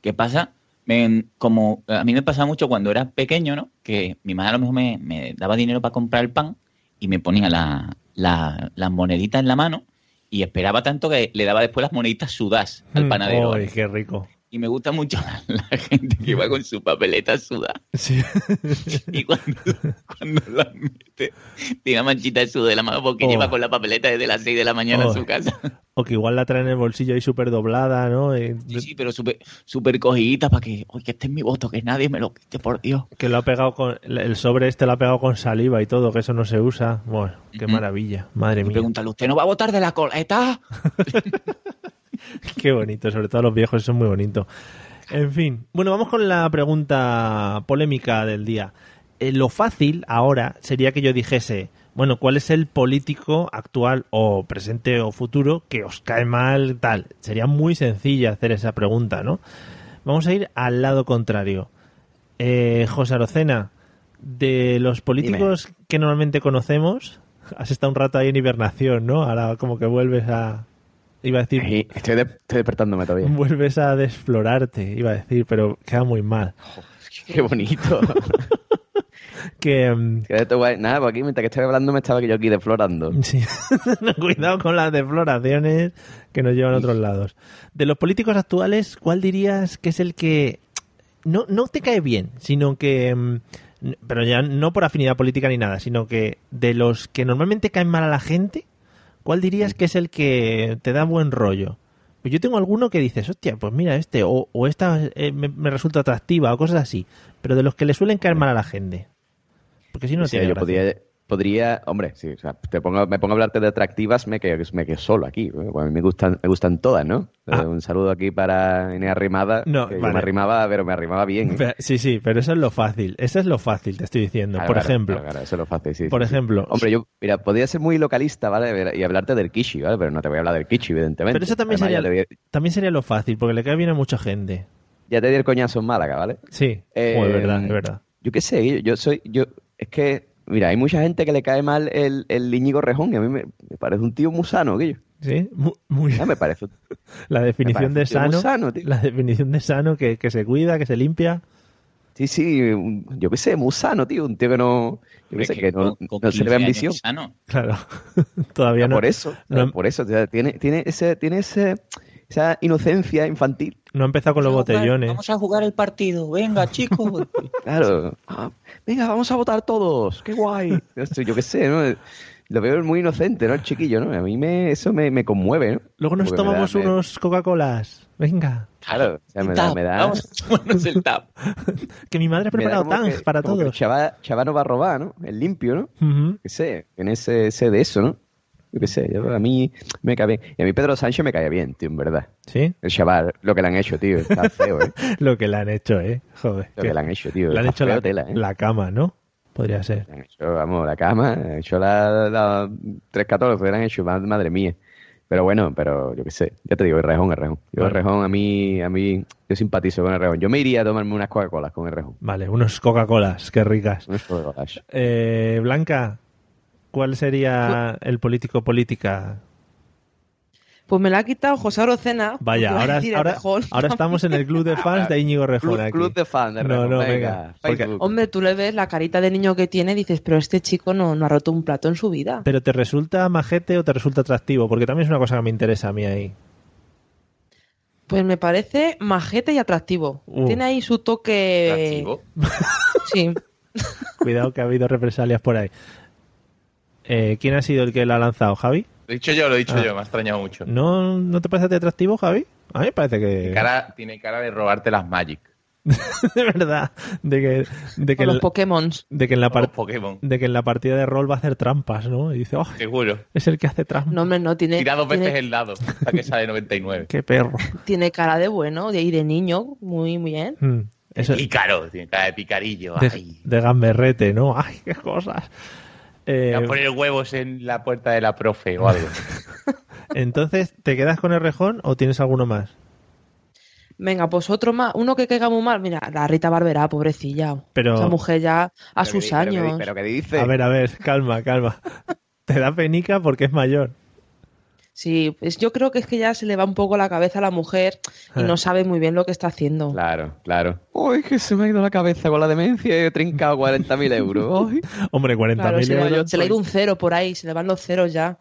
Speaker 5: que pasa, me- como a mí me pasaba mucho cuando era pequeño, ¿no? Que mi madre a lo mejor me, me daba dinero para comprar el pan y me ponía la- la- las moneditas en la mano y esperaba tanto que le daba después las moneditas sudadas al
Speaker 1: Mm,
Speaker 5: panadero.
Speaker 1: Ay,
Speaker 5: ¿vale?
Speaker 1: qué rico.
Speaker 5: Y me gusta mucho la, la gente que va con su papeleta sudada
Speaker 1: Sí.
Speaker 5: y cuando, cuando la mete, tiene una manchita de sudor en la mano porque
Speaker 1: Oh.
Speaker 5: lleva con la papeleta desde las 6 de la mañana
Speaker 1: Oh.
Speaker 5: en su casa.
Speaker 1: O que igual la traen en el bolsillo ahí súper doblada, ¿no? Eh,
Speaker 5: Sí, sí, pero súper super cogidita para que, oye, que este es mi voto, que nadie me lo quite, por Dios.
Speaker 1: Que lo ha pegado con. El sobre este lo ha pegado con saliva y todo, que eso no se usa. Bueno, qué
Speaker 5: Ujú.
Speaker 1: maravilla. Madre
Speaker 5: Y
Speaker 1: mía.
Speaker 5: preguntarle, ¿usted no va a votar de la coleta?
Speaker 1: Qué bonito, sobre todo los viejos, eso es muy bonito. En fin, bueno, vamos con la pregunta polémica del día. Eh, lo fácil ahora sería que yo dijese, bueno, ¿cuál es el político actual o presente o futuro que os cae mal tal? Sería muy sencilla hacer esa pregunta, ¿no? Vamos a ir al lado contrario. Eh, José Arocena, de los políticos que normalmente conocemos, has estado un rato ahí en hibernación, ¿no? Ahora como que vuelves a... Iba a decir
Speaker 6: Ahí, Estoy, de- estoy despertándome todavía.
Speaker 1: Vuelves a desflorarte, iba a decir, pero queda muy mal.
Speaker 6: Qué bonito.
Speaker 1: que... mm,
Speaker 6: Que esto, guay. Nada, pues aquí mientras que estaba hablando me estaba yo aquí deflorando.
Speaker 1: sí. Cuidado con las defloraciones que nos llevan a otros lados. De los políticos actuales, ¿cuál dirías que es el que no, no te cae bien, sino que... mm, n- Pero ya no por afinidad política ni nada, sino que de los que normalmente caen mal a la gente, ¿cuál dirías que es el que te da buen rollo? Pues yo tengo alguno que dices, hostia, pues mira este, o, o esta eh, me, me resulta atractiva, o cosas así. Pero de los que le suelen caer mal a la gente. Porque si no, no
Speaker 6: O sea,
Speaker 1: tiene
Speaker 6: yo
Speaker 1: gracia.
Speaker 6: podría, podría, hombre, sí, o sea, te pongo, me pongo a hablarte de atractivas, me quedo, me quedo solo aquí. ¿eh? Bueno, a mí me gustan, me gustan todas, ¿no? Eh,
Speaker 1: Ah.
Speaker 6: Un saludo aquí para Inés Arrimada.
Speaker 1: No,
Speaker 6: que yo
Speaker 1: vale.
Speaker 6: me arrimaba, pero me arrimaba bien. ¿eh?
Speaker 1: Pe- Sí, sí, pero eso es lo fácil. Eso es lo fácil, te estoy diciendo.
Speaker 6: Claro,
Speaker 1: por
Speaker 6: claro,
Speaker 1: ejemplo,
Speaker 6: claro, claro, eso es lo fácil, sí,
Speaker 1: por
Speaker 6: sí, sí.
Speaker 1: ejemplo.
Speaker 6: Hombre, yo, mira, podría ser muy localista, ¿vale? Y hablarte del Kishi, ¿vale? Pero no te voy a hablar del Kishi, evidentemente.
Speaker 1: pero eso también
Speaker 6: Además,
Speaker 1: sería,
Speaker 6: Ya, te,
Speaker 1: también sería lo fácil, porque le cae bien a mucha gente.
Speaker 6: ya te di el coñazo en Málaga, ¿vale?
Speaker 1: Sí,
Speaker 6: Eh,
Speaker 1: Joder, verdad, es verdad.
Speaker 6: Yo qué sé, yo, yo soy. yo Es que, mira, hay mucha gente que le cae mal el, el Íñigo Rejón, y a mí me, me parece un tío muy sano, Guillo.
Speaker 1: Sí, mu- muy,
Speaker 6: Ya me parece. un-
Speaker 1: la definición
Speaker 6: ¿Eh? me
Speaker 1: de
Speaker 6: parece un tío
Speaker 1: sano,
Speaker 6: muy sano, tío.
Speaker 1: la definición de sano que, que se cuida, que se limpia.
Speaker 6: Sí, sí, un- yo qué sé, muy sano, tío. Un tío que no. Yo qué sé, que no,
Speaker 5: con- con
Speaker 6: no se
Speaker 5: 15
Speaker 6: le ve
Speaker 5: años
Speaker 6: ambición.
Speaker 5: sano.
Speaker 1: Claro, todavía no,
Speaker 6: Ah, Por eso,
Speaker 1: no-
Speaker 6: por eso. o sea, tiene, tiene, ese, tiene ese, esa inocencia infantil.
Speaker 1: no ha empezado con los botellones.
Speaker 5: Vamos a jugar el partido. Venga, chicos.
Speaker 6: Claro. Ah, venga, vamos a votar todos. Qué guay. No sé, Yo qué sé, ¿no? Lo veo muy inocente, ¿no? El chiquillo, ¿no? A mí me, eso me, me conmueve, ¿no?
Speaker 1: Luego nos
Speaker 6: Porque me da-
Speaker 1: tomamos
Speaker 6: me-
Speaker 1: unos Coca-Colas. Venga,
Speaker 6: Claro. O sea, me da,
Speaker 5: Tap,
Speaker 6: me da-
Speaker 5: Vamos a tomarnos el tap.
Speaker 1: que mi madre ha
Speaker 6: me da
Speaker 1: preparado
Speaker 6: como
Speaker 1: tangs
Speaker 6: que-
Speaker 1: para
Speaker 6: como que el
Speaker 1: todos.
Speaker 6: chaval, chaval no va a robar, ¿no? El limpio, ¿no?
Speaker 1: Ujú.
Speaker 6: qué sé, en ese, ese de eso, ¿no? Yo qué sé, yo- a mí me cae bien. Y a mí Pedro Sánchez me cae bien, tío, en verdad.
Speaker 1: Sí,
Speaker 6: El chaval, lo que le han hecho, tío, está feo, ¿eh?
Speaker 1: lo que le han hecho, ¿eh? Joder.
Speaker 6: Lo
Speaker 1: que-
Speaker 6: que le han hecho, tío.
Speaker 1: le han
Speaker 6: está
Speaker 1: hecho
Speaker 6: feo
Speaker 1: la,
Speaker 6: tela, ¿eh?
Speaker 1: la cama, ¿no? Podría ser.
Speaker 6: Le han hecho, vamos, la cama, le han hecho la, la 314, le han hecho, ma- madre mía. Pero bueno, pero yo qué sé, ya te digo, el rejón, el rejón. Yo el
Speaker 1: Vale.
Speaker 6: rejón, a mí, a mí, yo simpatizo con el rejón. Yo me iría a tomarme unas Coca-Colas con el rejón.
Speaker 1: Vale, unos Coca-Colas, qué ricas.
Speaker 6: Unas Coca-Colas.
Speaker 1: Eh, Blanca, ¿cuál sería el político política?
Speaker 3: Pues me la ha quitado José Arocena.
Speaker 1: Vaya,
Speaker 3: Iba a
Speaker 1: ahora,
Speaker 3: decir el
Speaker 1: ahora,
Speaker 3: Rejón.
Speaker 1: ahora estamos en el club de fans de Íñigo Rejón
Speaker 6: Club,
Speaker 1: aquí.
Speaker 6: club de fan de
Speaker 1: No,
Speaker 6: rejón.
Speaker 1: no, venga,
Speaker 6: venga.
Speaker 1: porque-
Speaker 6: Facebook.
Speaker 3: Hombre, tú le ves la carita de niño que tiene y dices, pero este chico no, no ha roto un plato en su vida.
Speaker 1: ¿Pero te resulta majete o te resulta atractivo? Porque también es una cosa que me interesa a mí ahí.
Speaker 3: Pues me parece majete y atractivo.
Speaker 1: Uh.
Speaker 3: Tiene ahí su toque.
Speaker 2: Atractivo.
Speaker 3: Sí.
Speaker 1: Cuidado que ha habido represalias por ahí. Eh, ¿Quién ha sido el que la ha lanzado, Javi?
Speaker 2: Lo he dicho yo, lo he dicho
Speaker 1: Ah.
Speaker 2: yo, me ha extrañado mucho.
Speaker 1: ¿No, ¿No te parece atractivo, Javi? A mí me parece que...
Speaker 2: Cara, tiene cara de robarte las Magic.
Speaker 1: de verdad. De que, de que,
Speaker 3: Con
Speaker 1: en
Speaker 3: los
Speaker 1: la-
Speaker 3: Pokémon.
Speaker 1: de que en la
Speaker 2: Para
Speaker 1: parte...
Speaker 2: Pokémon,
Speaker 1: de que en la partida de rol va a hacer trampas, ¿no? Y dice, oh,
Speaker 2: seguro.
Speaker 1: es el que hace trampas.
Speaker 3: No, hombre, no. Tiene,
Speaker 2: Tira dos veces
Speaker 3: tiene,
Speaker 2: el dado hasta que sale 99.
Speaker 1: Qué perro.
Speaker 3: tiene cara de bueno de- y de niño. Muy, muy bien.
Speaker 1: Mm, eso- de,
Speaker 2: Pícaro, tiene cara de picarillo. Ay.
Speaker 1: de gamberrete, ¿no? Ay, qué cosas. Eh,
Speaker 2: Voy a poner huevos en la puerta de la profe o algo.
Speaker 1: entonces, ¿te quedas con el rejón o tienes alguno más?
Speaker 3: Venga, pues otro más. Uno que caiga muy mal. Mira, la Rita Barberá, pobrecilla.
Speaker 1: Pero-
Speaker 3: Esa mujer ya a
Speaker 6: Pero que
Speaker 3: sus
Speaker 6: di- pero que di-
Speaker 3: años.
Speaker 6: Pero que dice.
Speaker 1: A ver, a ver, calma, calma. Te da penica porque es mayor.
Speaker 3: Sí, pues yo creo que es que ya se le va un poco la cabeza a la mujer y
Speaker 1: Ah.
Speaker 3: no sabe muy bien lo que está haciendo.
Speaker 6: Claro, claro. Uy, que se me ha ido la cabeza con la demencia y he trincado 40.000 euros. Ay.
Speaker 1: Hombre, 40.000
Speaker 3: Claro, se, le va-
Speaker 1: euros.
Speaker 3: se le ha ido un cero por ahí, se le van los ceros ya.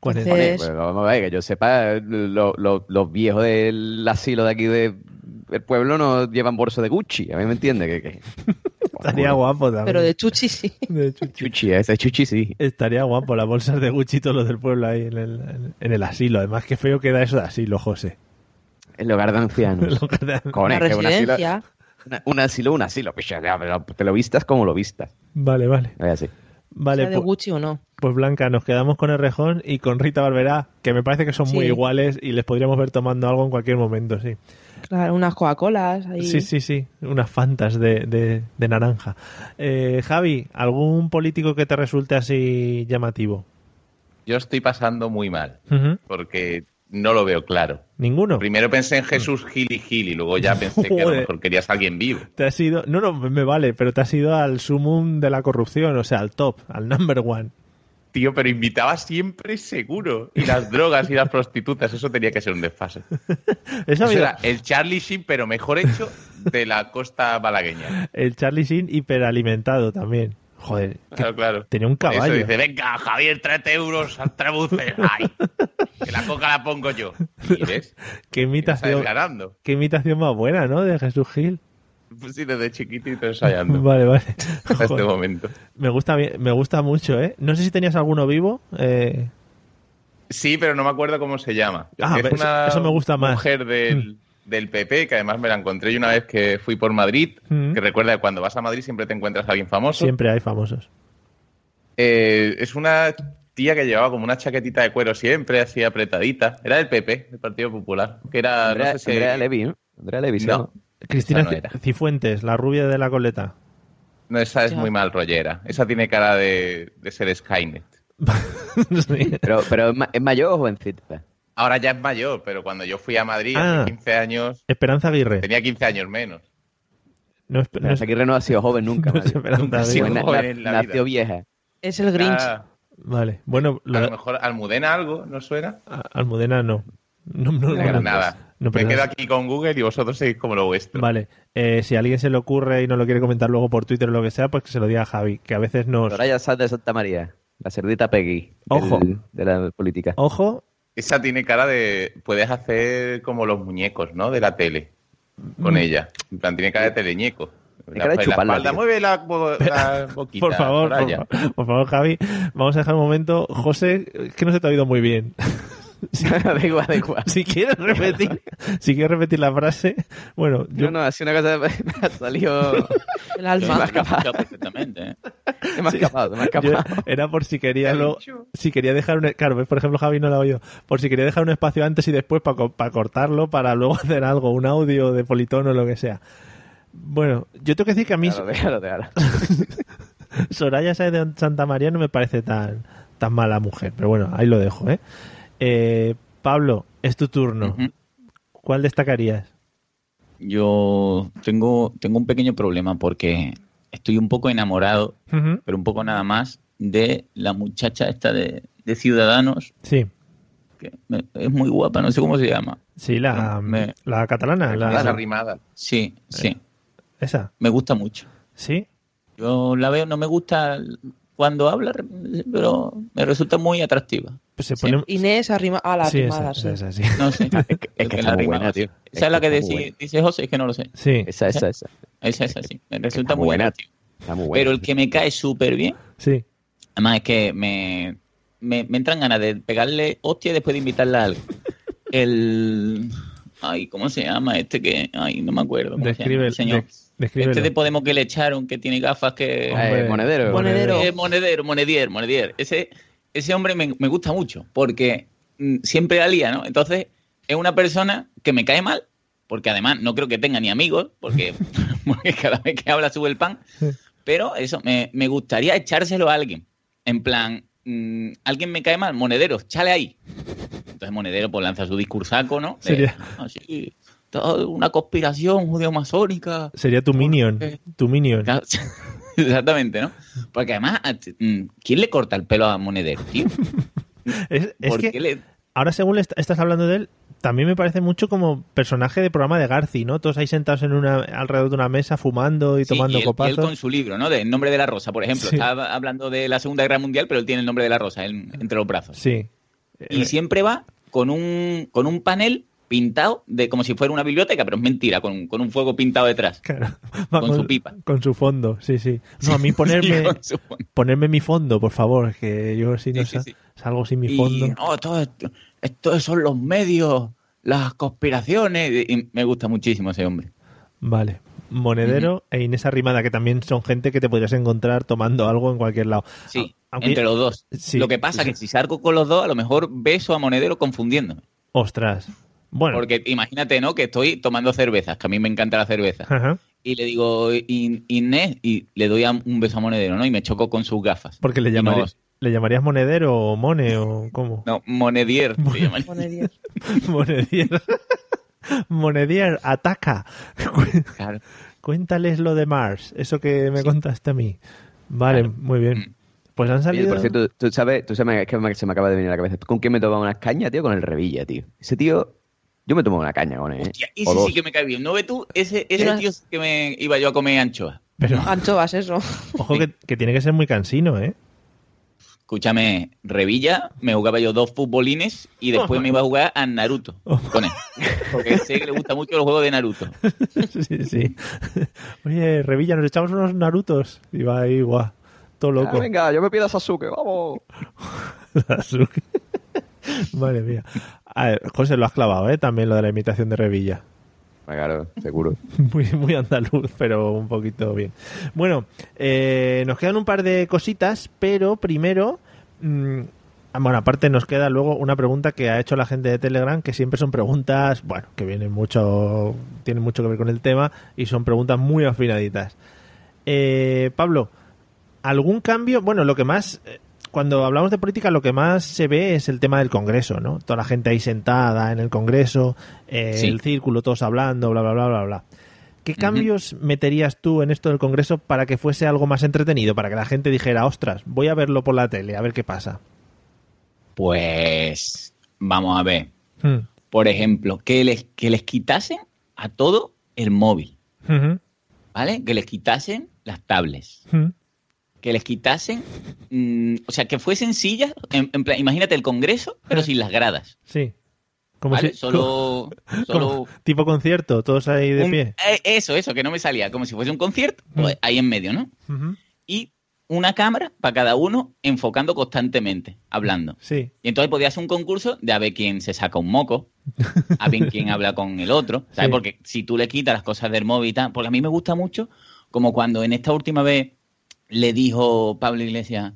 Speaker 1: 40.
Speaker 3: Entonces-
Speaker 6: Bueno, pues vamos a ver, que yo sepa, lo- lo- los viejos del asilo de aquí de- del pueblo no llevan bolso de Gucci. A mí me entiende que. que-
Speaker 1: Estaría guapo también.
Speaker 3: Pero de Chuchi sí.
Speaker 1: De chuchi.
Speaker 6: Chuchi, ese Chuchi sí.
Speaker 1: Estaría guapo las bolsas de Gucci y todo lo del pueblo ahí en el, en el asilo. Además, qué feo queda eso de asilo, José.
Speaker 6: El hogar de ancianos.
Speaker 1: Lo que te-
Speaker 6: Cojones,
Speaker 3: la
Speaker 6: que un asilo,
Speaker 3: residencia.
Speaker 6: una- un asilo, un asilo. picha, ya, pero Te lo vistas como lo vistas.
Speaker 1: Vale, vale.
Speaker 6: Es así.
Speaker 1: Vale,
Speaker 3: sea de
Speaker 1: pues-
Speaker 3: Gucci o no.
Speaker 1: Pues Blanca, nos quedamos con el Rejón y con Rita Barberá, que me parece que son muy
Speaker 3: Sí.
Speaker 1: iguales y les podríamos ver tomando algo en cualquier momento, sí.
Speaker 3: Claro, unas Coca-Colas ahí.
Speaker 1: Sí, sí, sí, unas fantas de, de- de naranja. Eh, Javi, ¿algún político que te resulte así llamativo?
Speaker 2: Yo estoy pasando muy mal
Speaker 1: Ujú.
Speaker 2: porque no lo veo claro.
Speaker 1: ¿Ninguno?
Speaker 2: Primero pensé en Jesús Gil y Gil y luego ya pensé que a lo
Speaker 1: Joder.
Speaker 2: mejor querías a alguien vivo.
Speaker 1: Te has ido, no, no, me vale, pero te has ido al sumum de la corrupción, o sea, al top, al number one.
Speaker 2: Tío, pero invitaba siempre seguro. Y las drogas y las prostitutas, eso tenía que ser un desfase.
Speaker 1: Eso
Speaker 2: Eso
Speaker 1: había-
Speaker 2: era el Charlie Sheen, pero mejor hecho, de la costa malagueña.
Speaker 1: El Charlie Sheen hiperalimentado también. Joder,
Speaker 2: Claro, claro.
Speaker 1: tenía un
Speaker 2: Por
Speaker 1: caballo.
Speaker 2: Eso dice, venga, Javier, tráete euros, al trabuces. Ay, que la coca la pongo yo. ¿Y ves?
Speaker 1: Qué
Speaker 2: Estás
Speaker 1: imitación,
Speaker 2: ganando.
Speaker 1: qué imitación más buena, ¿no? De Jesús Gil.
Speaker 2: Pues sí, desde chiquitito ensayando
Speaker 1: Vale, vale.
Speaker 2: hasta este
Speaker 1: Joder,
Speaker 2: momento.
Speaker 1: me, gusta, bien- me gusta mucho, ¿eh? No sé si tenías alguno vivo. eh,
Speaker 2: Sí, pero no me acuerdo cómo se llama.
Speaker 1: Ah,
Speaker 2: es
Speaker 1: pero eso-
Speaker 2: una
Speaker 1: eso me gusta más. Mm.
Speaker 2: mujer del, del PP, que además me la encontré yo una vez que fui por Madrid,
Speaker 1: Mm.
Speaker 2: que recuerda que cuando vas a Madrid siempre te encuentras a alguien famoso.
Speaker 1: siempre hay famosos.
Speaker 2: Eh, es una tía que llevaba como una chaquetita de cuero siempre, así apretadita. Era del PP, del Partido Popular. Que era,
Speaker 6: Andrea,
Speaker 2: Ah, no sé si...
Speaker 6: Andrea Levy, ¿no? Andrea Levy, ¿sí?
Speaker 2: No.
Speaker 1: Cristina
Speaker 2: Esa no
Speaker 1: Ci-
Speaker 2: era.
Speaker 1: Cifuentes, la rubia de la coleta.
Speaker 2: No, esa es
Speaker 3: Ya.
Speaker 2: muy mal rollera. Esa tiene cara de, de ser Skynet.
Speaker 1: Sí.
Speaker 6: Pero, pero es ma- es mayor o jovencita.
Speaker 2: Ahora ya es mayor, pero cuando yo fui a Madrid
Speaker 1: Ah.
Speaker 2: hace 15 años,
Speaker 1: Esperanza Aguirre.
Speaker 2: tenía 15 años menos.
Speaker 1: No, es- no
Speaker 6: Pero
Speaker 1: es-
Speaker 6: hasta Aguirre no ha sido joven nunca.
Speaker 1: no es
Speaker 6: Mario.
Speaker 1: Esperanza
Speaker 2: Nunca ha
Speaker 1: Aguirre.
Speaker 2: sido
Speaker 6: Bueno,
Speaker 2: joven
Speaker 6: na-
Speaker 2: en la vida.
Speaker 6: nació vieja.
Speaker 3: Es el Grinch.
Speaker 2: Ah,
Speaker 1: Vale, bueno, lo
Speaker 2: a
Speaker 1: de-
Speaker 2: lo mejor Almudena algo, ¿no suena?
Speaker 1: a- Almudena no. No, no, no, no.
Speaker 2: De Granada.
Speaker 1: No, pero-
Speaker 2: Me quedo aquí con Google y vosotros seguís como lo vuestro.
Speaker 1: Vale, eh, si a alguien se le ocurre y no lo quiere comentar luego por Twitter o lo que sea, pues que se lo diga a Javi, que a veces nos...
Speaker 6: Soraya Sanz de Santa María. La cerdita Peggy.
Speaker 1: Pues Ojo.
Speaker 6: del- de la política.
Speaker 1: Ojo,
Speaker 2: Esa tiene cara de... Puedes hacer como los muñecos, ¿no? De la tele.
Speaker 1: Mm.
Speaker 2: Con ella. En plan, tiene cara de teleñeco.
Speaker 6: Tiene cara de chuparla,
Speaker 2: espalda.
Speaker 6: tío.
Speaker 2: Mueve la, bo- la boquita.
Speaker 1: Por favor, por,
Speaker 2: Soraya.
Speaker 1: fa- por favor, Javi, vamos a dejar un momento. José, es que no se te ha oído muy bien.
Speaker 6: da igual, da igual.
Speaker 1: Si quieres repetir, si quieres repetir la frase, bueno, yo
Speaker 6: No, no, ha sido una cosa. Me ha salido.
Speaker 3: El
Speaker 5: Yo
Speaker 3: alma.
Speaker 5: me lo he escuchado perfectamente, ¿eh?
Speaker 6: Se me ha escapado, se me ha
Speaker 1: yo-
Speaker 6: escapado.
Speaker 1: era por si
Speaker 2: ¿Qué
Speaker 1: quería
Speaker 2: ha
Speaker 1: lo-
Speaker 2: dicho?
Speaker 1: si quería dejar un claro, ves, por ejemplo, Javi no la ha oído, por si quería dejar un espacio antes y después para cortarlo, para luego hacer algo, un audio de politono o lo que sea. Bueno, yo tengo que decir que a mí
Speaker 6: Déjalo, déjalo, déjalo.
Speaker 1: Soraya Sáez de Santa María no me parece tan, tan mala mujer, pero bueno, ahí lo dejo, ¿eh? Eh, Pablo, es tu turno.
Speaker 5: Ujú.
Speaker 1: ¿Cuál destacarías?
Speaker 5: Yo tengo, tengo un pequeño problema porque estoy un poco enamorado,
Speaker 1: Ujú,
Speaker 5: pero un poco nada más, de la muchacha esta de, de Ciudadanos,
Speaker 1: Sí,
Speaker 5: que me- es muy guapa, no sé cómo se llama.
Speaker 1: sí, la,
Speaker 5: Ah, Me-
Speaker 1: la catalana, la-
Speaker 2: Las arrimadas.
Speaker 5: Sí, sí,
Speaker 1: esa,
Speaker 5: me gusta mucho.
Speaker 1: sí.
Speaker 5: Yo la veo, no me gusta cuando habla, pero me resulta muy atractiva.
Speaker 1: Pues se
Speaker 5: Sí.
Speaker 1: pone...
Speaker 3: Inés arrima ¿eh? a la
Speaker 1: sí,
Speaker 3: arrimada,
Speaker 1: esa,
Speaker 3: sí.
Speaker 1: esa, sí.
Speaker 5: No sé.
Speaker 6: Es que, es que está muy buena, tío.
Speaker 5: Esa es la que
Speaker 6: está muy
Speaker 5: decí-
Speaker 6: buena.
Speaker 5: dice José, es que no lo sé.
Speaker 1: Sí,
Speaker 6: Esa, esa, esa.
Speaker 5: Esa es así. Me resulta
Speaker 6: está
Speaker 5: muy
Speaker 6: muy buena,
Speaker 5: buena.
Speaker 6: Está muy buena.
Speaker 5: Pero el que me cae súper bien,
Speaker 1: sí.
Speaker 5: además es que me, me, me entran ganas de pegarle hostia después de invitarla a algo. El. Ay, ¿cómo se llama este que.? Ay, no me acuerdo. ¿cómo se llama
Speaker 1: Describe,
Speaker 5: el señor.
Speaker 1: descríbelo.
Speaker 5: Este de Podemos que le echaron, que tiene gafas que.
Speaker 6: Ah, eh, Monedero.
Speaker 3: Monedero.
Speaker 5: Eh, monedero, monedier, monedier. Ese, ese hombre me, me gusta mucho porque mm, siempre la lía, ¿no? Entonces, es una persona que me cae mal, porque además no creo que tenga ni amigos, porque, porque cada vez que habla sube el pan. Pero eso, me, me gustaría echárselo a alguien. En plan, mm, alguien me cae mal, monedero, chale ahí. Entonces Monedero pues lanza su discursaco, ¿no? De,
Speaker 1: Sería-
Speaker 5: "Ah, sí, todo una conspiración judeo-masónica.
Speaker 1: Sería tu minion, tu minion.
Speaker 5: Claro, Exactamente, ¿no? Porque además, a- mm, ¿quién le corta el pelo a Monedero,
Speaker 1: Es,
Speaker 5: tío?
Speaker 1: es
Speaker 5: ¿Por
Speaker 1: que
Speaker 5: qué le-
Speaker 1: ahora según le est- estás hablando de él, también me parece mucho como personaje de programa de Garci, ¿no? Todos ahí sentados en una, alrededor de una mesa fumando y
Speaker 5: Sí,
Speaker 1: tomando
Speaker 5: y él- y él
Speaker 1: copazos.
Speaker 5: con su libro, ¿no? De El nombre de la rosa, por ejemplo.
Speaker 1: Sí.
Speaker 5: Está hablando de la Segunda Guerra Mundial, pero él tiene el nombre de la rosa en- entre los brazos.
Speaker 1: Sí.
Speaker 5: Y siempre va con un, con un panel pintado de como si fuera una biblioteca, pero es mentira, con, con un fuego pintado detrás.
Speaker 1: Claro. Va
Speaker 5: Con su pipa.
Speaker 1: Con su fondo, sí, sí. No, a mí ponerme,
Speaker 5: Sí, con su-
Speaker 1: ponerme mi fondo, por favor, que yo si no
Speaker 5: Sí, sí,
Speaker 1: sa-
Speaker 5: sí.
Speaker 1: salgo sin mi
Speaker 5: Y,
Speaker 1: fondo.
Speaker 5: no, todo esto, estos son los medios, las conspiraciones. y- y me gusta muchísimo ese hombre.
Speaker 1: Vale. Monedero e Inés Arrimada, que también son gente que te podrías encontrar tomando algo en cualquier lado.
Speaker 5: Sí,
Speaker 1: A- Ah, aunque-
Speaker 5: entre los dos.
Speaker 1: sí.
Speaker 5: Lo que pasa es que si salgo con los dos, a lo mejor beso a Monedero confundiéndome.
Speaker 1: Ostras. Bueno.
Speaker 5: Porque imagínate, ¿no? Que estoy tomando cervezas, que a mí me encanta la cerveza.
Speaker 1: Ajá.
Speaker 5: Y le digo, "In- Inés, y le doy a- un beso a Monedero, ¿no? Y me choco con sus gafas.
Speaker 1: Porque le,
Speaker 5: Y
Speaker 1: llamaré-
Speaker 5: nos-
Speaker 1: le llamarías monedero o mone o cómo.
Speaker 5: No, Monedier. se llama.
Speaker 3: Pone diez.
Speaker 1: Monedier. Monedier, ataca. Cu-
Speaker 5: Claro.
Speaker 1: Cuéntales lo de Mars, eso que me contaste a mí. Vale, muy bien. Pues han salido.
Speaker 6: Oye, Mm. por cierto, tú sabes, tú sabes es que me- se me acaba de venir a la cabeza. ¿Con quién me tomaba unas cañas, tío? Con el Revilla, tío. Ese tío, yo me tomo una caña con él. ¿eh?
Speaker 5: Hostia,
Speaker 6: O
Speaker 5: ese
Speaker 6: dos.
Speaker 5: sí que me cae bien. ¿No ves tú? Ese, ese
Speaker 3: Yo-
Speaker 5: tío sí que me iba yo a comer anchoa.
Speaker 1: Pero
Speaker 3: Anchoas, eso.
Speaker 1: ojo que, que tiene que ser muy cansino, ¿eh?
Speaker 5: Escúchame, Revilla, me jugaba yo dos futbolines y después me iba a jugar a Naruto
Speaker 1: Oh.
Speaker 5: con él. Porque sé que le gusta mucho los juegos de Naruto.
Speaker 1: sí, sí. Oye, Revilla, nos echamos unos Narutos. Y va ahí, guau. Todo
Speaker 6: Ah,
Speaker 1: loco.
Speaker 6: venga, yo me pido a Sasuke, vamos.
Speaker 1: Sasuke. Madre mía. A ver, José, lo has clavado, ¿eh? También lo de la imitación de Revilla.
Speaker 6: Ah, Claro, seguro.
Speaker 1: Muy, muy andaluz, pero un poquito bien. Bueno, eh, nos quedan un par de cositas, pero primero... mm, ah, bueno, aparte nos queda luego una pregunta que ha hecho la gente de Telegram, que siempre son preguntas, bueno, que vienen mucho, tienen mucho que ver con el tema y son preguntas muy afinaditas. Eh, Pablo, ¿algún cambio? Bueno, lo que más, eh, cuando hablamos de política, lo que más se ve es el tema del Congreso, ¿no? Toda la gente ahí sentada en el Congreso, eh,
Speaker 5: Sí.
Speaker 1: el círculo, todos hablando, bla, bla, bla, bla, bla. ¿Qué cambios meterías tú en esto del Congreso para que fuese algo más entretenido? Para que la gente dijera, ostras, voy a verlo por la tele, a ver qué pasa.
Speaker 5: Pues vamos a ver.
Speaker 1: Hmm.
Speaker 5: Por ejemplo, que les, que les quitasen a todo el móvil,
Speaker 1: Ujú, Hmm.
Speaker 5: ¿vale? Que les quitasen las tablets.
Speaker 1: ujú.
Speaker 5: que les quitasen, mm, o sea, que fuesen sillas, en, en plan, imagínate el Congreso, pero sin las gradas,
Speaker 1: Sí. Ah. Como
Speaker 5: ¿vale?
Speaker 1: si-
Speaker 5: Solo, solo
Speaker 1: como- tipo concierto, todos ahí de
Speaker 5: un-
Speaker 1: pie. Mm.
Speaker 5: eh, eso, eso, que no me salía, como si fuese un concierto, pues, ahí en medio, ¿no?
Speaker 1: Ujú,
Speaker 5: Y una cámara para cada uno enfocando constantemente, hablando.
Speaker 1: Sí.
Speaker 5: Y entonces podías hacer un concurso de a ver quién se saca un moco, a ver quién habla con el otro, ¿sabes?
Speaker 1: Sí.
Speaker 5: Porque si tú le quitas las cosas del móvil y tal, porque a mí me gusta mucho, como cuando en esta última vez le dijo Pablo Iglesias,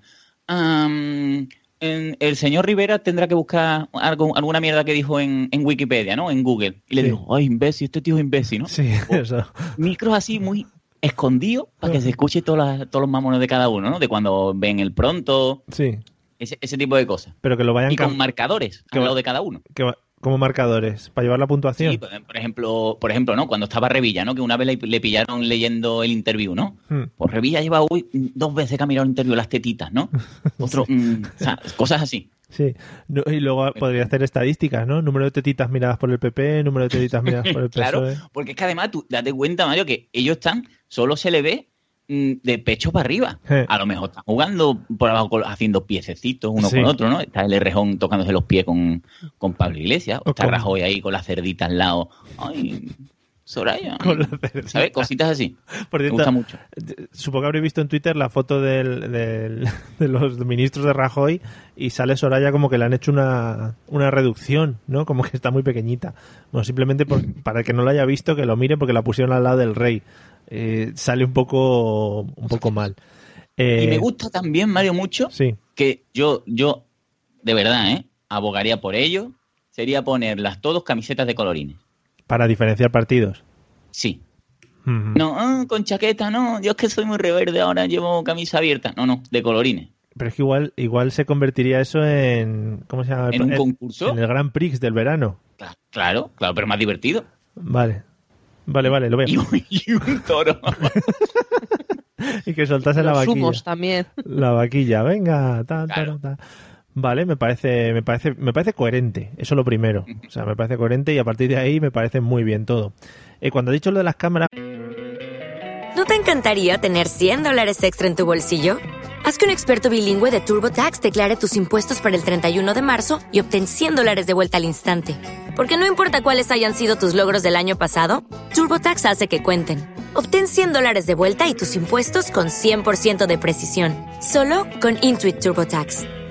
Speaker 5: "Am, en- el señor Rivera tendrá que buscar algo- alguna mierda que dijo en, en Wikipedia, ¿no? En Google. Y le
Speaker 1: Sí.
Speaker 5: dijo, ay, imbécil, este tío es imbécil, ¿no?
Speaker 1: Sí, eso.
Speaker 5: micros así muy escondidos para que se escuche todas las- todos los mamones de cada uno, ¿no? De cuando ven el pronto,
Speaker 1: Sí.
Speaker 5: ese, ese tipo de cosas.
Speaker 1: Pero que lo vayan
Speaker 5: Y con
Speaker 1: cam-
Speaker 5: marcadores
Speaker 1: que
Speaker 5: al
Speaker 1: va-
Speaker 5: lado de cada uno.
Speaker 1: que va- como marcadores, para llevar la puntuación.
Speaker 5: Sí, pues, por por ejemplo, por ejemplo, ¿no? Cuando estaba Revilla, ¿no? Que una vez le, le pillaron leyendo el interview, ¿no?
Speaker 1: Hmm.
Speaker 5: Pues Revilla lleva uy, dos veces que ha mirado el interview las tetitas, ¿no? Otro, mm, o sea, cosas así.
Speaker 1: Sí, No, y luego podría hacer estadísticas, ¿no? Número de tetitas miradas por el PP, número de tetitas miradas por el
Speaker 5: Claro,
Speaker 1: PSOE.
Speaker 5: porque es que además tú date cuenta, Mario, que ellos están, solo se le ve mm, de pecho para arriba.
Speaker 1: Eh.
Speaker 5: A lo mejor están jugando por abajo, con- haciendo piececitos uno
Speaker 1: Sí.
Speaker 5: con otro, ¿no? Está el Errejón tocándose los pies con, con Pablo Iglesias,
Speaker 1: O
Speaker 5: o está
Speaker 1: con-
Speaker 5: Rajoy ahí con la cerdita al lado. Ay, Soraya.
Speaker 1: Con la cerdita.
Speaker 5: ¿Sabes? Cositas así.
Speaker 1: Por
Speaker 5: Me
Speaker 1: cierto,
Speaker 5: gusta mucho.
Speaker 1: supongo que habréis visto en Twitter la foto del, del- de los ministros de Rajoy y sale Soraya como que le han hecho una, una reducción, ¿no? Como que está muy pequeñita. Bueno, simplemente por- para el que no lo haya visto, que lo mire porque la pusieron al lado del rey. Eh, sale un poco, un poco mal. Eh,
Speaker 5: Y me gusta también, Mario, mucho
Speaker 1: Sí,
Speaker 5: que yo, yo, de verdad, ¿eh? Abogaría por ello. Sería ponerlas todos camisetas de colorines.
Speaker 1: para diferenciar partidos.
Speaker 5: Sí.
Speaker 1: Ujú.
Speaker 5: No, ah, con chaqueta, no. Yo es que soy muy reverde, ahora llevo camisa abierta. No, no, de colorines.
Speaker 1: Pero es que igual, igual se convertiría eso en. ¿Cómo se llama?
Speaker 5: ¿En un
Speaker 1: En-
Speaker 5: concurso?
Speaker 1: En el Grand Prix del verano.
Speaker 5: Cla- Claro, claro, pero más divertido.
Speaker 1: Vale. Vale, vale, lo veo.
Speaker 5: Y un, y un toro.
Speaker 1: Y que soltase la
Speaker 3: Los
Speaker 1: vaquilla.
Speaker 3: humos también.
Speaker 1: La vaquilla, venga, ta, ta,
Speaker 5: Claro.
Speaker 1: ta, ta. Vale, me parece, me parece, me parece coherente, eso lo primero. O sea, me parece coherente y a partir de ahí me parece muy bien todo. Eh, cuando he dicho lo de las cámaras,
Speaker 10: ¿No te encantaría tener 100 dólares extra en tu bolsillo? Haz que un experto bilingüe de TurboTax declare tus impuestos para el 31 de marzo y obtén 100 dólares de vuelta al instante. Porque no importa cuáles hayan sido tus logros del año pasado, TurboTax hace que cuenten. Obtén 100 dólares de vuelta y tus impuestos con 100% de precisión, solo con Intuit TurboTax.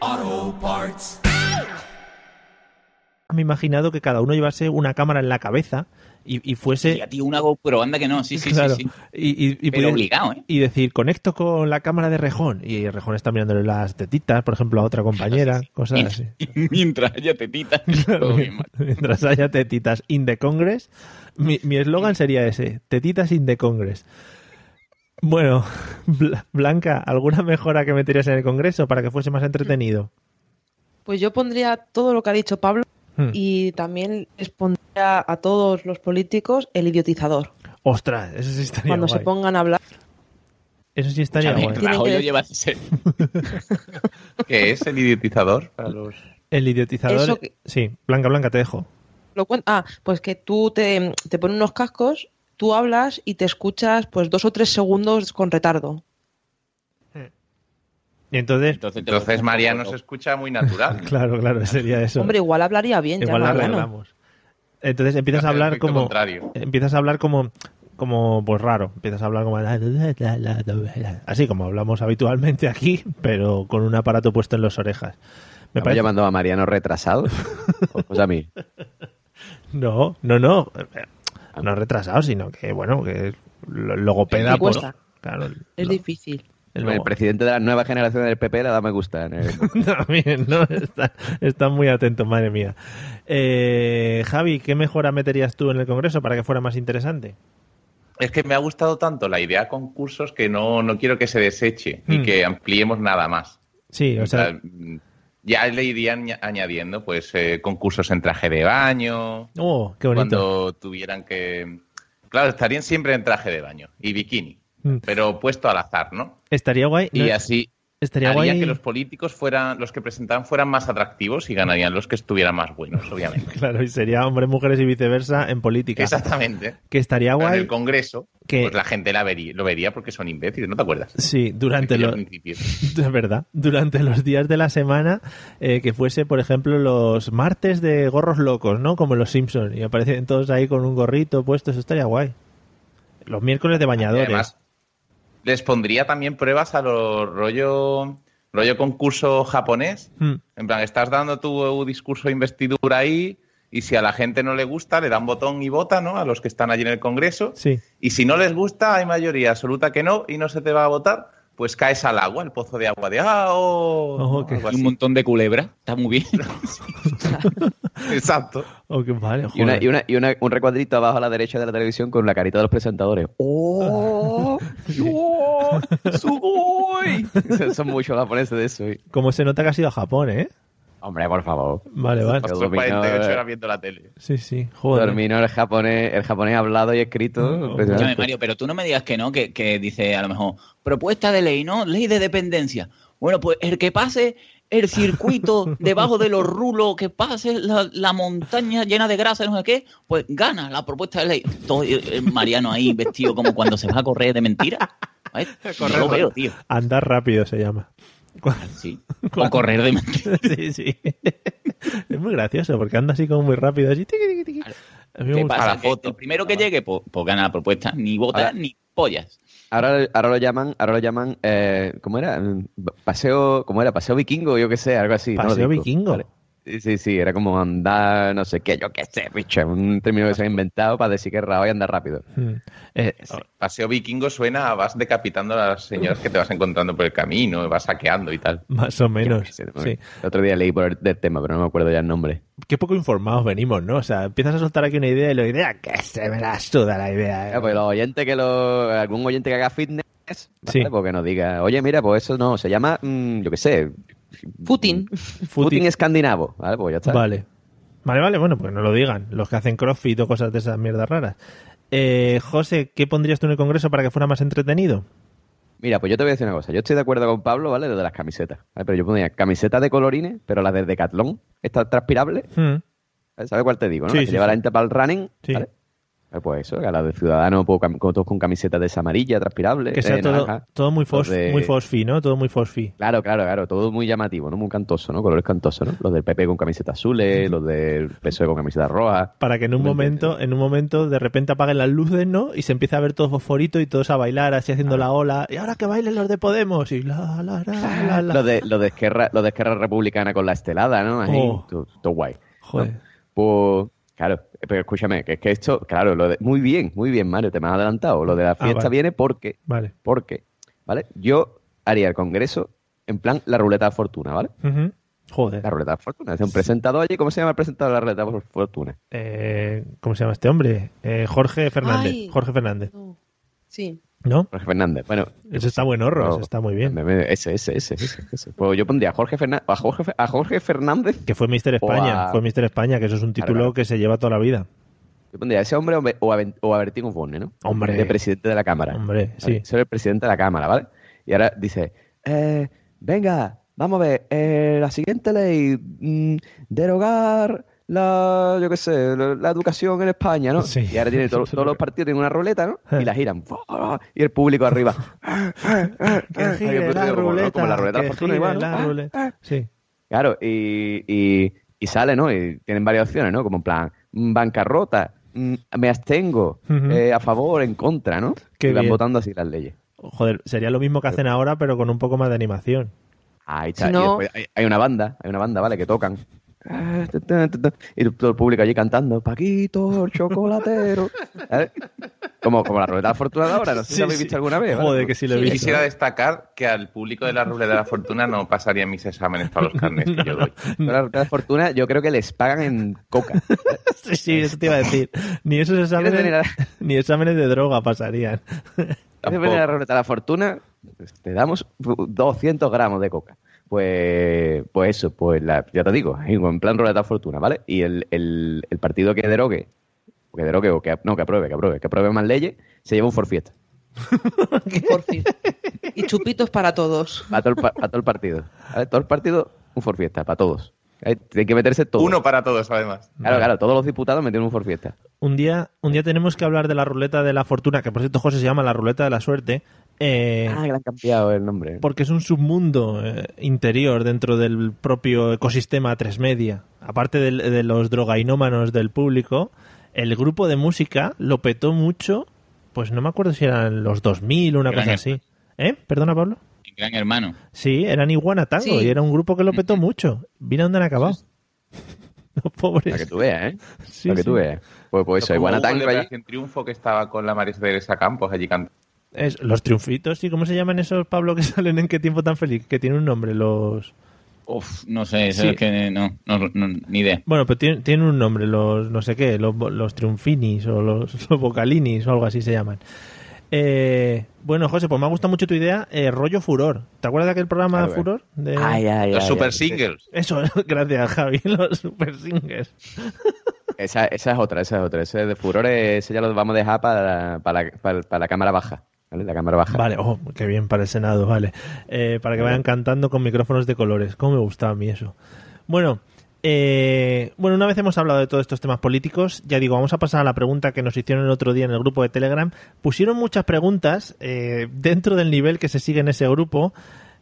Speaker 4: Auto Parts.
Speaker 1: me he imaginado que cada uno llevase una cámara en la cabeza y, y fuese...
Speaker 5: Y a ti una GoPro, anda que no, sí, sí,
Speaker 1: Claro.
Speaker 5: sí. sí.
Speaker 1: Y, y- y
Speaker 5: Pero
Speaker 1: pudier-
Speaker 5: obligado, ¿eh?
Speaker 1: y decir, conecto con la cámara de Rejón. Y Rejón está mirándole las tetitas, por ejemplo, a otra compañera, cosas así.
Speaker 5: Mientras haya tetita. todo bien mal.
Speaker 1: Mientras haya tetitas in the Congress, mi mi eslogan sería ese, tetitas in the Congress. Bueno, Bla- Blanca, ¿alguna mejora que meterías en el Congreso para que fuese más entretenido?
Speaker 3: Pues yo pondría todo lo que ha dicho Pablo
Speaker 1: Hmm.
Speaker 3: y también les pondría a todos los políticos el idiotizador.
Speaker 1: Ostras, eso sí estaría
Speaker 3: Cuando
Speaker 1: guay.
Speaker 3: se pongan a hablar,
Speaker 1: Eso sí estaría
Speaker 5: Escúchame,
Speaker 1: guay.
Speaker 5: Rajoy
Speaker 3: que-
Speaker 5: lo lleva a ser-
Speaker 2: ¿Qué es el idiotizador? Para los-
Speaker 1: El idiotizador.
Speaker 3: Eso que-
Speaker 1: Sí, Blanca, Blanca, te dejo.
Speaker 3: lo cuen- ah, pues que tú te, te pones unos cascos, tú hablas y te escuchas pues dos o tres segundos con retardo.
Speaker 1: Y entonces,
Speaker 5: Entonces, te
Speaker 2: Entonces
Speaker 5: lo-
Speaker 2: María no se escucha muy natural.
Speaker 1: claro, claro, sería eso.
Speaker 3: Hombre, igual hablaría bien, ya
Speaker 1: Igual la
Speaker 3: Mariano.
Speaker 1: arreglamos. Entonces empiezas a
Speaker 2: El
Speaker 1: hablar
Speaker 2: efecto
Speaker 1: como.
Speaker 2: contrario.
Speaker 1: Empiezas a hablar como. Como, pues raro. Empiezas a hablar como. Así como hablamos habitualmente aquí, pero con un aparato puesto en las orejas. Me
Speaker 6: ¿Me
Speaker 1: parece-
Speaker 6: llamando a Mariano retrasado? O- Pues a mí.
Speaker 1: No, no, no. No retrasado, sino que, bueno, que es lo- logopeda.
Speaker 3: Sí,
Speaker 1: pues,
Speaker 3: cuesta.
Speaker 1: claro, el-
Speaker 3: Es difícil.
Speaker 1: el
Speaker 6: El
Speaker 1: logo-
Speaker 6: presidente de la nueva generación del PP le da me gusta. en el-
Speaker 1: También, ¿no? Está, está muy atento, madre mía. Eh, Javi, ¿qué mejora meterías tú en el Congreso para que fuera más interesante?
Speaker 2: Es que me ha gustado tanto la idea con cursos que no, no quiero que se deseche
Speaker 1: Mm.
Speaker 2: y que ampliemos nada más.
Speaker 1: Sí, o sea,
Speaker 2: mm, ya le irían añ- añadiendo pues eh, concursos en traje de baño,
Speaker 1: oh, qué bonito.
Speaker 2: cuando tuvieran que... Claro, estarían siempre en traje de baño y bikini,
Speaker 1: Mm.
Speaker 2: pero puesto al azar, ¿no?
Speaker 1: Estaría guay. ¿no?
Speaker 2: Y así
Speaker 1: Estaría
Speaker 2: haría
Speaker 1: guay.
Speaker 2: que los políticos fueran, los que presentaban fueran más atractivos y ganarían los que estuvieran más buenos, obviamente.
Speaker 1: Claro, y sería hombres, mujeres y viceversa en política.
Speaker 2: Exactamente.
Speaker 1: Que estaría
Speaker 2: En
Speaker 1: guay.
Speaker 2: el Congreso,
Speaker 1: que-
Speaker 2: pues la gente la vería, lo vería porque son imbéciles, ¿no te acuerdas?
Speaker 1: Sí, durante
Speaker 2: Aquello
Speaker 1: los.
Speaker 2: al principio.
Speaker 1: Es verdad. Durante los días de la semana, eh, que fuese, por ejemplo, los martes de gorros locos, ¿no? Como los Simpsons. Y aparecen todos ahí con un gorrito puesto. Eso estaría guay. Los miércoles de bañadores.
Speaker 2: Además, les pondría también pruebas a los rollo, rollo concurso japonés.
Speaker 1: Hmm.
Speaker 2: En plan, estás dando tu discurso de investidura ahí y si a la gente no le gusta, le dan botón y vota, ¿no? A los que están allí en el Congreso.
Speaker 1: Sí.
Speaker 2: Y si no les gusta, hay mayoría absoluta que no y no se te va a votar, pues caes al agua, al pozo de agua de ah, oh,
Speaker 1: Ojo,
Speaker 2: ¿no?
Speaker 1: que-
Speaker 2: Algo
Speaker 5: Y un
Speaker 2: así.
Speaker 5: montón de culebra. Está muy bien.
Speaker 2: Exacto.
Speaker 1: Oh, qué vale,
Speaker 6: Y, una-
Speaker 1: joder.
Speaker 6: y una- y una- un recuadrito abajo a la derecha de la televisión con la carita de los presentadores. ¡Oh! ¡Oh! ¡Sugoi! Son muchos japoneses de eso. y-
Speaker 1: Como se nota que has ido a Japón, ¿eh?
Speaker 6: Hombre, por favor.
Speaker 1: Vale, vale.
Speaker 6: Pero
Speaker 2: Pasó
Speaker 6: dominó,
Speaker 2: 48
Speaker 6: eh.
Speaker 2: horas viendo la tele.
Speaker 1: Sí, sí. Joder.
Speaker 6: Dormino el japonés, el japonés hablado y escrito.
Speaker 1: No.
Speaker 6: impresionante.
Speaker 5: Escúchame, Mario, pero tú no me digas que no, que, que dice a lo mejor propuesta de ley, ¿no? Ley de dependencia. Bueno, pues el que pase el circuito debajo de los rulos, que pase la, la montaña llena de grasa, no sé qué, pues gana la propuesta de ley. Todo el, el Mariano ahí vestido como cuando se va a correr de mentira. ¿Sabes?
Speaker 1: Correr,
Speaker 5: no lo
Speaker 1: ¿no?
Speaker 5: veo, tío.
Speaker 1: Andar rápido se llama.
Speaker 5: Sí. O correr de mentira.
Speaker 1: sí, sí. Es muy gracioso porque anda así como muy rápido. Así, tiqui, tiqui, tiqui. A mí me
Speaker 5: ¿Qué
Speaker 1: gusta. Ah,
Speaker 5: pasa?
Speaker 2: la
Speaker 5: Que
Speaker 2: foto.
Speaker 5: el primero que llegue, pues, pues gana la propuesta. Ni
Speaker 6: Ahora-
Speaker 5: votas ni pollas.
Speaker 6: Ahora, ahora lo llaman, ahora lo llaman, eh, ¿cómo era? Mm, Paseo, ¿cómo era? Paseo vikingo, yo qué sé, algo así. ¿no? Lo
Speaker 1: Paseo
Speaker 6: digo.
Speaker 1: vikingo.
Speaker 6: Ah, Vale. Sí, Sí, sí, era como andar, no sé qué, yo qué sé, bicho, un término que se ha inventado para decir que es rabo y andar rápido.
Speaker 1: Mm. Eh,
Speaker 2: Ah. Paseo vikingo suena a vas decapitando a las señoras que te vas encontrando por el camino, vas saqueando y tal.
Speaker 1: Más o
Speaker 6: Yo
Speaker 1: menos.
Speaker 6: qué sé, no me-
Speaker 1: Sí.
Speaker 6: El otro día leí por el del tema, pero no me acuerdo ya el nombre.
Speaker 1: Qué poco informados venimos, ¿no? O sea, empiezas a soltar aquí una idea y la idea, que se me la suda la idea. eh".
Speaker 6: Ah, pues los oyentes que lo, algún oyente que haga fitness, ¿vale?
Speaker 1: Sí.
Speaker 6: Porque nos diga, oye, mira, pues eso no, se llama, mm, yo qué sé,
Speaker 3: Putin.
Speaker 6: footing escandinavo, ¿vale? Pues ya está.
Speaker 1: Vale. Vale, vale, bueno, pues no lo digan. Los que hacen crossfit o cosas de esas mierdas raras. Eh, José, ¿qué pondrías tú en el Congreso para que fuera más entretenido?
Speaker 6: Mira, pues yo te voy a decir una cosa. Yo estoy de acuerdo con Pablo, ¿vale? Lo de las camisetas. ¿vale? Pero yo ponía camisetas de colorines, pero las de Decathlon, estas transpirables.
Speaker 1: Mm.
Speaker 6: ¿vale? ¿Sabes cuál te digo? ¿no?
Speaker 1: Sí,
Speaker 6: las que
Speaker 1: sí,
Speaker 6: lleva
Speaker 1: sí.
Speaker 6: la gente para el running,
Speaker 1: Sí.
Speaker 6: ¿vale? Ah, Pues eso, que las de Ciudadano, puedo cam- con- todos con camisetas de esa amarilla, transpirable,
Speaker 1: Que sea
Speaker 6: eh,
Speaker 1: todo,
Speaker 6: naranja.
Speaker 1: todo muy, fos,
Speaker 6: Los de-
Speaker 1: muy fosfi, ¿no? Todo muy fosfi.
Speaker 6: Claro, claro, claro. Todo muy llamativo, ¿no? Muy cantoso, ¿no? Colores cantosos, ¿no? Los del PP con camisetas azules, los del PSOE E con camisetas rojas.
Speaker 1: Para que en un
Speaker 6: ¿Me
Speaker 1: momento, en un momento, de repente apaguen las luces, ¿no? Y se empiece a ver todo fosforito y todos a bailar, así haciendo
Speaker 6: Ah.
Speaker 1: la ola. Y ahora que bailen los de Podemos. Y la, la, la, la, la.
Speaker 6: Los de, los de, Esquerra, los de Esquerra Republicana con la estelada, ¿no? Ahí,
Speaker 1: Oh.
Speaker 6: todo, todo guay.
Speaker 1: Joder.
Speaker 6: Pues, claro, pero escúchame, que es que esto, claro, lo de, muy bien, muy bien, Mario, te me has adelantado. Lo de la fiesta
Speaker 1: Ah, vale.
Speaker 6: viene porque,
Speaker 1: Vale.
Speaker 6: porque, ¿vale? Yo haría el congreso en plan la ruleta de fortuna, ¿vale?
Speaker 1: Ujú. Joder.
Speaker 6: La ruleta de fortuna. Es un presentador allí, ¿cómo se llama el presentador de la ruleta de fortuna?
Speaker 1: Eh, ¿Cómo se llama este hombre? Eh, Jorge Fernández.
Speaker 3: Ay.
Speaker 1: Jorge Fernández.
Speaker 3: Sí.
Speaker 1: ¿No?
Speaker 6: Jorge Fernández. Bueno,
Speaker 1: Ese está buen horror,
Speaker 6: No.
Speaker 1: ese está muy bien.
Speaker 6: ese, ese, ese, ese, ese. Pues yo pondría a Jorge, Fernández, a Jorge, Fe- a Jorge Fernández
Speaker 1: Que fue Mister
Speaker 6: O a-
Speaker 1: España. Fue Mister España, que eso es un título
Speaker 6: claro.
Speaker 1: que se lleva toda la vida.
Speaker 6: Yo pondría a ese hombre o, be- o a, Ben- o a Bertín Osborne, ¿no?
Speaker 1: Hombre.
Speaker 6: De presidente de la Cámara.
Speaker 1: Hombre,
Speaker 6: ¿vale?
Speaker 1: sí.
Speaker 6: Ser el presidente de la Cámara, ¿vale? Y ahora dice, eh, venga, vamos a ver, eh, la siguiente ley, mm, derogar la, yo qué sé, la, la educación en España, ¿no?
Speaker 1: Sí. Eh.
Speaker 6: Y ahora tiene todo- todos los partidos tienen una ruleta, ¿no? Y la giran. Y el público arriba.
Speaker 1: Que
Speaker 6: Ay,
Speaker 1: gire
Speaker 6: pero
Speaker 1: la
Speaker 6: digo, como-
Speaker 1: ruleta.
Speaker 6: como la ruleta de
Speaker 1: que
Speaker 6: fortuna
Speaker 1: gire
Speaker 6: igual, ¿no? Ah.
Speaker 1: la ruleta. Sí.
Speaker 6: Claro, y, y, y sale, ¿no? Y tienen varias opciones, ¿no? Como en plan, mm, bancarrota, mm, me abstengo,
Speaker 1: Ujú.
Speaker 6: eh, a favor, en contra, ¿no?
Speaker 1: Qué
Speaker 6: y van
Speaker 1: bien.
Speaker 6: votando así las leyes.
Speaker 1: Joder, sería lo mismo que hacen ahora, pero con un poco más de animación.
Speaker 6: Ahí está.
Speaker 3: Si
Speaker 6: y
Speaker 3: no-
Speaker 6: después hay, hay una banda, hay una banda, ¿vale? Que tocan. Ah, ta, ta, ta, ta. Y todo el público allí cantando, Paquito, el chocolatero. ¿Sabes? Como, como la ruleta de la fortuna de ahora, no sé si
Speaker 1: Sí,
Speaker 6: lo habéis
Speaker 1: sí.
Speaker 6: visto alguna vez. ¿vale?
Speaker 1: Joder, que sí lo he
Speaker 2: Yo
Speaker 1: visto.
Speaker 2: quisiera destacar que al público de la ruleta de la fortuna no pasaría mis exámenes para los carnes que yo doy.
Speaker 6: Pero La ruleta de la fortuna yo creo que les pagan en coca.
Speaker 1: Sí, sí, eso te iba a decir. Ni esos
Speaker 6: ¿Quieres venir a-
Speaker 1: exámenes, ni exámenes de droga pasarían.
Speaker 6: ¿Quieres
Speaker 2: Tampoco.
Speaker 6: venir a la ruleta de la fortuna? Pues te damos 200 gramos de coca. Pues, pues eso, pues la, ya te digo, en plan ruleta de la fortuna, ¿vale? Y el, el, el partido que derogue, o que derogue, o que, no, que apruebe, que apruebe, que apruebe más leyes, se lleva un forfiesta.
Speaker 3: Por fin. Y chupitos para todos.
Speaker 6: Para todo, el pa- pa' todo el partido. ¿vale? Todo el partido, un forfiesta, para todos. Ahí Tienen que meterse todos.
Speaker 2: Uno para todos, además.
Speaker 6: Claro, claro, todos los diputados metieron un forfiesta.
Speaker 1: Un día, un día tenemos que hablar de la ruleta de la fortuna, que por cierto, José, se llama la ruleta de la suerte. eh,
Speaker 6: Ah, que le han cambiado el nombre.
Speaker 1: porque es un submundo eh, interior dentro del propio ecosistema 3 Media. Aparte del- de los drogainómanos del público, el grupo de música lo petó mucho, pues no me acuerdo si eran los 2000 o una
Speaker 5: Gran
Speaker 1: cosa así. ¿Eh? ¿Perdona, Pablo?
Speaker 5: Gran hermano.
Speaker 1: Sí, eran Iguana Tango
Speaker 3: Sí.
Speaker 1: y era un grupo que lo petó mucho. Mira dónde han acabado. Los pobres.
Speaker 6: Para que tú veas, ¿eh?
Speaker 1: Pues Sí,
Speaker 6: Para que tú
Speaker 1: sí.
Speaker 6: veas. Pues, pues eso,
Speaker 2: Como
Speaker 6: igual
Speaker 2: hubo el de Operación Triunfo que estaba con la María Teresa Campos allí cantando.
Speaker 1: Es- los triunfitos, ¿y cómo se llaman esos, Pablo, que salen en qué tiempo tan feliz? Que tiene un nombre, los...
Speaker 5: Uf, no sé, eso
Speaker 1: Sí.
Speaker 5: es que no, no, no, ni idea.
Speaker 1: Bueno, pero tienen, tienen un nombre, los no sé qué, los, bo- los triunfinis o los, los vocalinis o algo así se llaman. Eh, bueno, José, pues me ha gustado mucho tu idea, eh, rollo furor. ¿Te acuerdas de aquel programa
Speaker 6: Claro, eh.
Speaker 1: Furor? De...
Speaker 6: Ay, ay,
Speaker 2: Los
Speaker 6: ay,
Speaker 2: super
Speaker 6: ay.
Speaker 2: singles.
Speaker 1: Eso, gracias, Javi, los super singers.
Speaker 6: Esa, esa es otra, esa es otra. Ese de furores, ese ya lo vamos a dejar para, para, para- para la cámara baja. ¿Vale? La cámara baja.
Speaker 1: Vale, oh, qué bien para el Senado, vale. Eh, para que vayan cantando con micrófonos de colores. Cómo me gustaba a mí eso. Bueno, eh, bueno, una vez hemos hablado de todos estos temas políticos, ya digo, vamos a pasar a la pregunta que nos hicieron el otro día en el grupo de Telegram. Pusieron muchas preguntas eh, dentro del nivel que se sigue en ese grupo,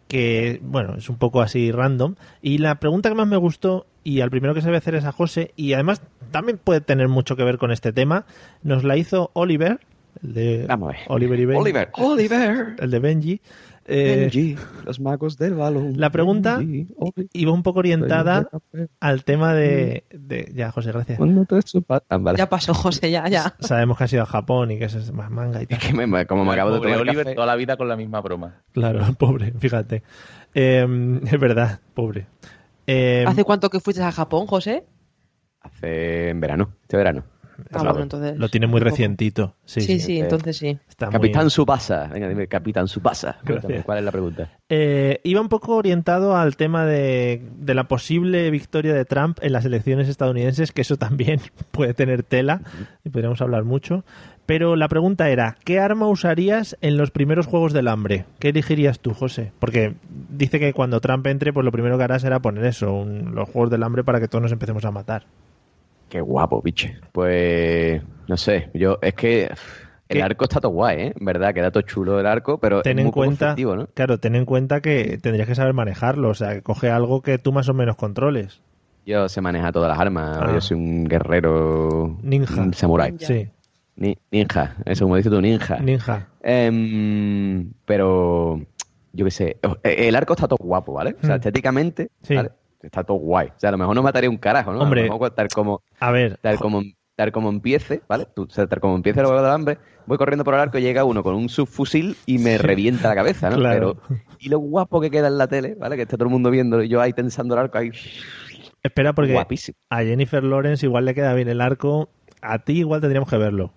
Speaker 1: que, bueno, es un poco así random. Y la pregunta que más me gustó, y al primero que se debe hacer es a José, y además también puede tener mucho que ver con este tema, nos la hizo Oliver, el de
Speaker 6: Vamos a ver.
Speaker 1: Oliver y Ben
Speaker 6: Ah, Oliver. Oliver.
Speaker 1: el de Benji. eh,
Speaker 6: Benji, los magos del balón.
Speaker 1: la pregunta
Speaker 6: Benji, Oliver,
Speaker 1: Iba un poco orientada
Speaker 6: soy un café.
Speaker 1: al tema de, de- Ya, José, gracias.
Speaker 6: Cuando te supa- Ah, vale.
Speaker 3: Ya pasó, José, ya, ya.
Speaker 1: Sabemos que ha sido a Japón y que eso es más manga y tal.
Speaker 6: Es que me- como me acabo de
Speaker 2: Pobre
Speaker 6: tomar
Speaker 2: Oliver
Speaker 6: café,
Speaker 2: toda la vida con la misma broma.
Speaker 1: Claro, pobre, fíjate. Eh, es verdad, pobre. Eh,
Speaker 3: ¿Hace cuánto que fuiste a Japón, José?
Speaker 6: hace en verano, este verano.
Speaker 3: Ah, bueno, entonces.
Speaker 1: lo tiene muy
Speaker 3: tampoco.
Speaker 1: recientito. Sí,
Speaker 3: Sí, sí,
Speaker 1: sí,
Speaker 3: entonces sí.
Speaker 1: está muy bien.
Speaker 6: Capitán Subasa. Venga, dime, Capitán Subasa.
Speaker 1: Gracias.
Speaker 6: Cuéntame, ¿Cuál es la pregunta?
Speaker 1: Eh, iba un poco orientado al tema de, de la posible victoria de Trump en las elecciones estadounidenses, que eso también puede tener tela y podríamos hablar mucho. Pero la pregunta era, ¿qué arma usarías en los primeros Juegos del Hambre? ¿Qué elegirías tú, José? Porque dice que cuando Trump entre, pues lo primero que hará será poner eso, un- los Juegos del Hambre para que todos nos empecemos a matar.
Speaker 6: Qué guapo, biche. Pues no sé, yo es que uf, el
Speaker 1: ¿Qué?
Speaker 6: arco está todo guay, ¿eh? En verdad, queda todo chulo el arco, pero
Speaker 1: Ten
Speaker 6: es
Speaker 1: en
Speaker 6: muy poco
Speaker 1: cuenta,
Speaker 6: efectivo, ¿no?
Speaker 1: claro, ten en cuenta que tendrías que saber manejarlo, o sea, que coge algo que tú más o menos controles.
Speaker 6: Yo sé manejar todas las armas.
Speaker 1: Ah.
Speaker 6: Yo soy un guerrero.
Speaker 1: Ninja.
Speaker 6: Un samurái.
Speaker 3: Ya.
Speaker 1: Sí,
Speaker 6: Ni- ninja. Eso, como dices tú, ninja.
Speaker 1: ninja.
Speaker 6: Em, pero. Yo qué sé. El arco está todo guapo, ¿vale? O sea,
Speaker 1: Hmm.
Speaker 6: estéticamente.
Speaker 1: Sí.
Speaker 6: ¿vale? está todo guay. O sea, a lo mejor no mataré un carajo, ¿no?
Speaker 1: Hombre.
Speaker 6: a lo mejor tal como,
Speaker 1: A ver,
Speaker 6: tal como, tal como empiece, ¿vale? Tú, o sea, tal como empiece el abogado del hambre, voy corriendo por el arco, llega uno con un subfusil y me revienta la cabeza, ¿no?
Speaker 1: Claro.
Speaker 6: Pero, y lo guapo que queda en la tele, ¿vale? Que está todo el mundo viendo y yo ahí tensando el arco, ahí
Speaker 1: espera porque
Speaker 6: guapísimo.
Speaker 1: a Jennifer Lawrence igual le queda bien el arco. A ti igual tendríamos que verlo.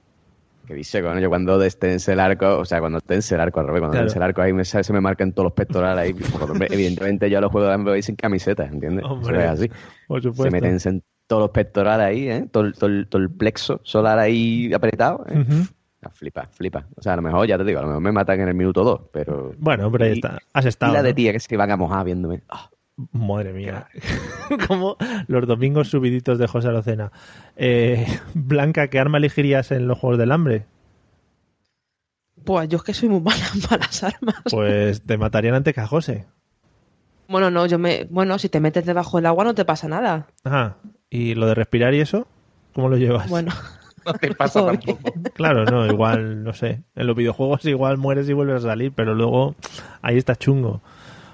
Speaker 6: Que dice, coño, yo cuando destense el arco, o sea, cuando tense el arco al revés, cuando
Speaker 1: Claro.
Speaker 6: tense el arco ahí me, sale- se me marcan todos los pectorales ahí. Porque, hombre, evidentemente yo a los juegos de hambre voy sin camisetas, ¿entiendes? Eso
Speaker 1: Hombre,
Speaker 6: es así.
Speaker 1: Por
Speaker 6: Se me
Speaker 1: supuesto.
Speaker 6: tensen todos los pectorales ahí, ¿eh? Todo, el- todo el- todo el plexo solar ahí apretado. ¿eh?
Speaker 1: Ujú.
Speaker 6: Ah, Flipa, flipa. O sea, a lo mejor, ya te digo, a lo mejor me matan en el minuto 2, pero...
Speaker 1: Bueno, pero ahí
Speaker 6: Y-
Speaker 1: está. Has
Speaker 6: Y
Speaker 1: estado.
Speaker 6: la de
Speaker 1: ¿no?
Speaker 6: tía que se van a mojar viéndome. Ah,
Speaker 1: Madre mía. Como los domingos subiditos de José Arocena. Eh, Blanca, ¿qué arma elegirías en los Juegos del Hambre?
Speaker 3: Pues yo es que soy muy mala para las armas.
Speaker 1: Pues te matarían antes que a José.
Speaker 3: Bueno, no, yo me. Bueno, si te metes debajo del agua no te pasa nada.
Speaker 1: Ajá. Ah, ¿Y lo de respirar y eso? ¿Cómo lo llevas?
Speaker 3: Bueno,
Speaker 2: No te pasa
Speaker 3: Joder.
Speaker 2: tampoco.
Speaker 1: Claro, no, igual, no sé. En los videojuegos igual mueres y vuelves a salir, pero luego ahí está chungo.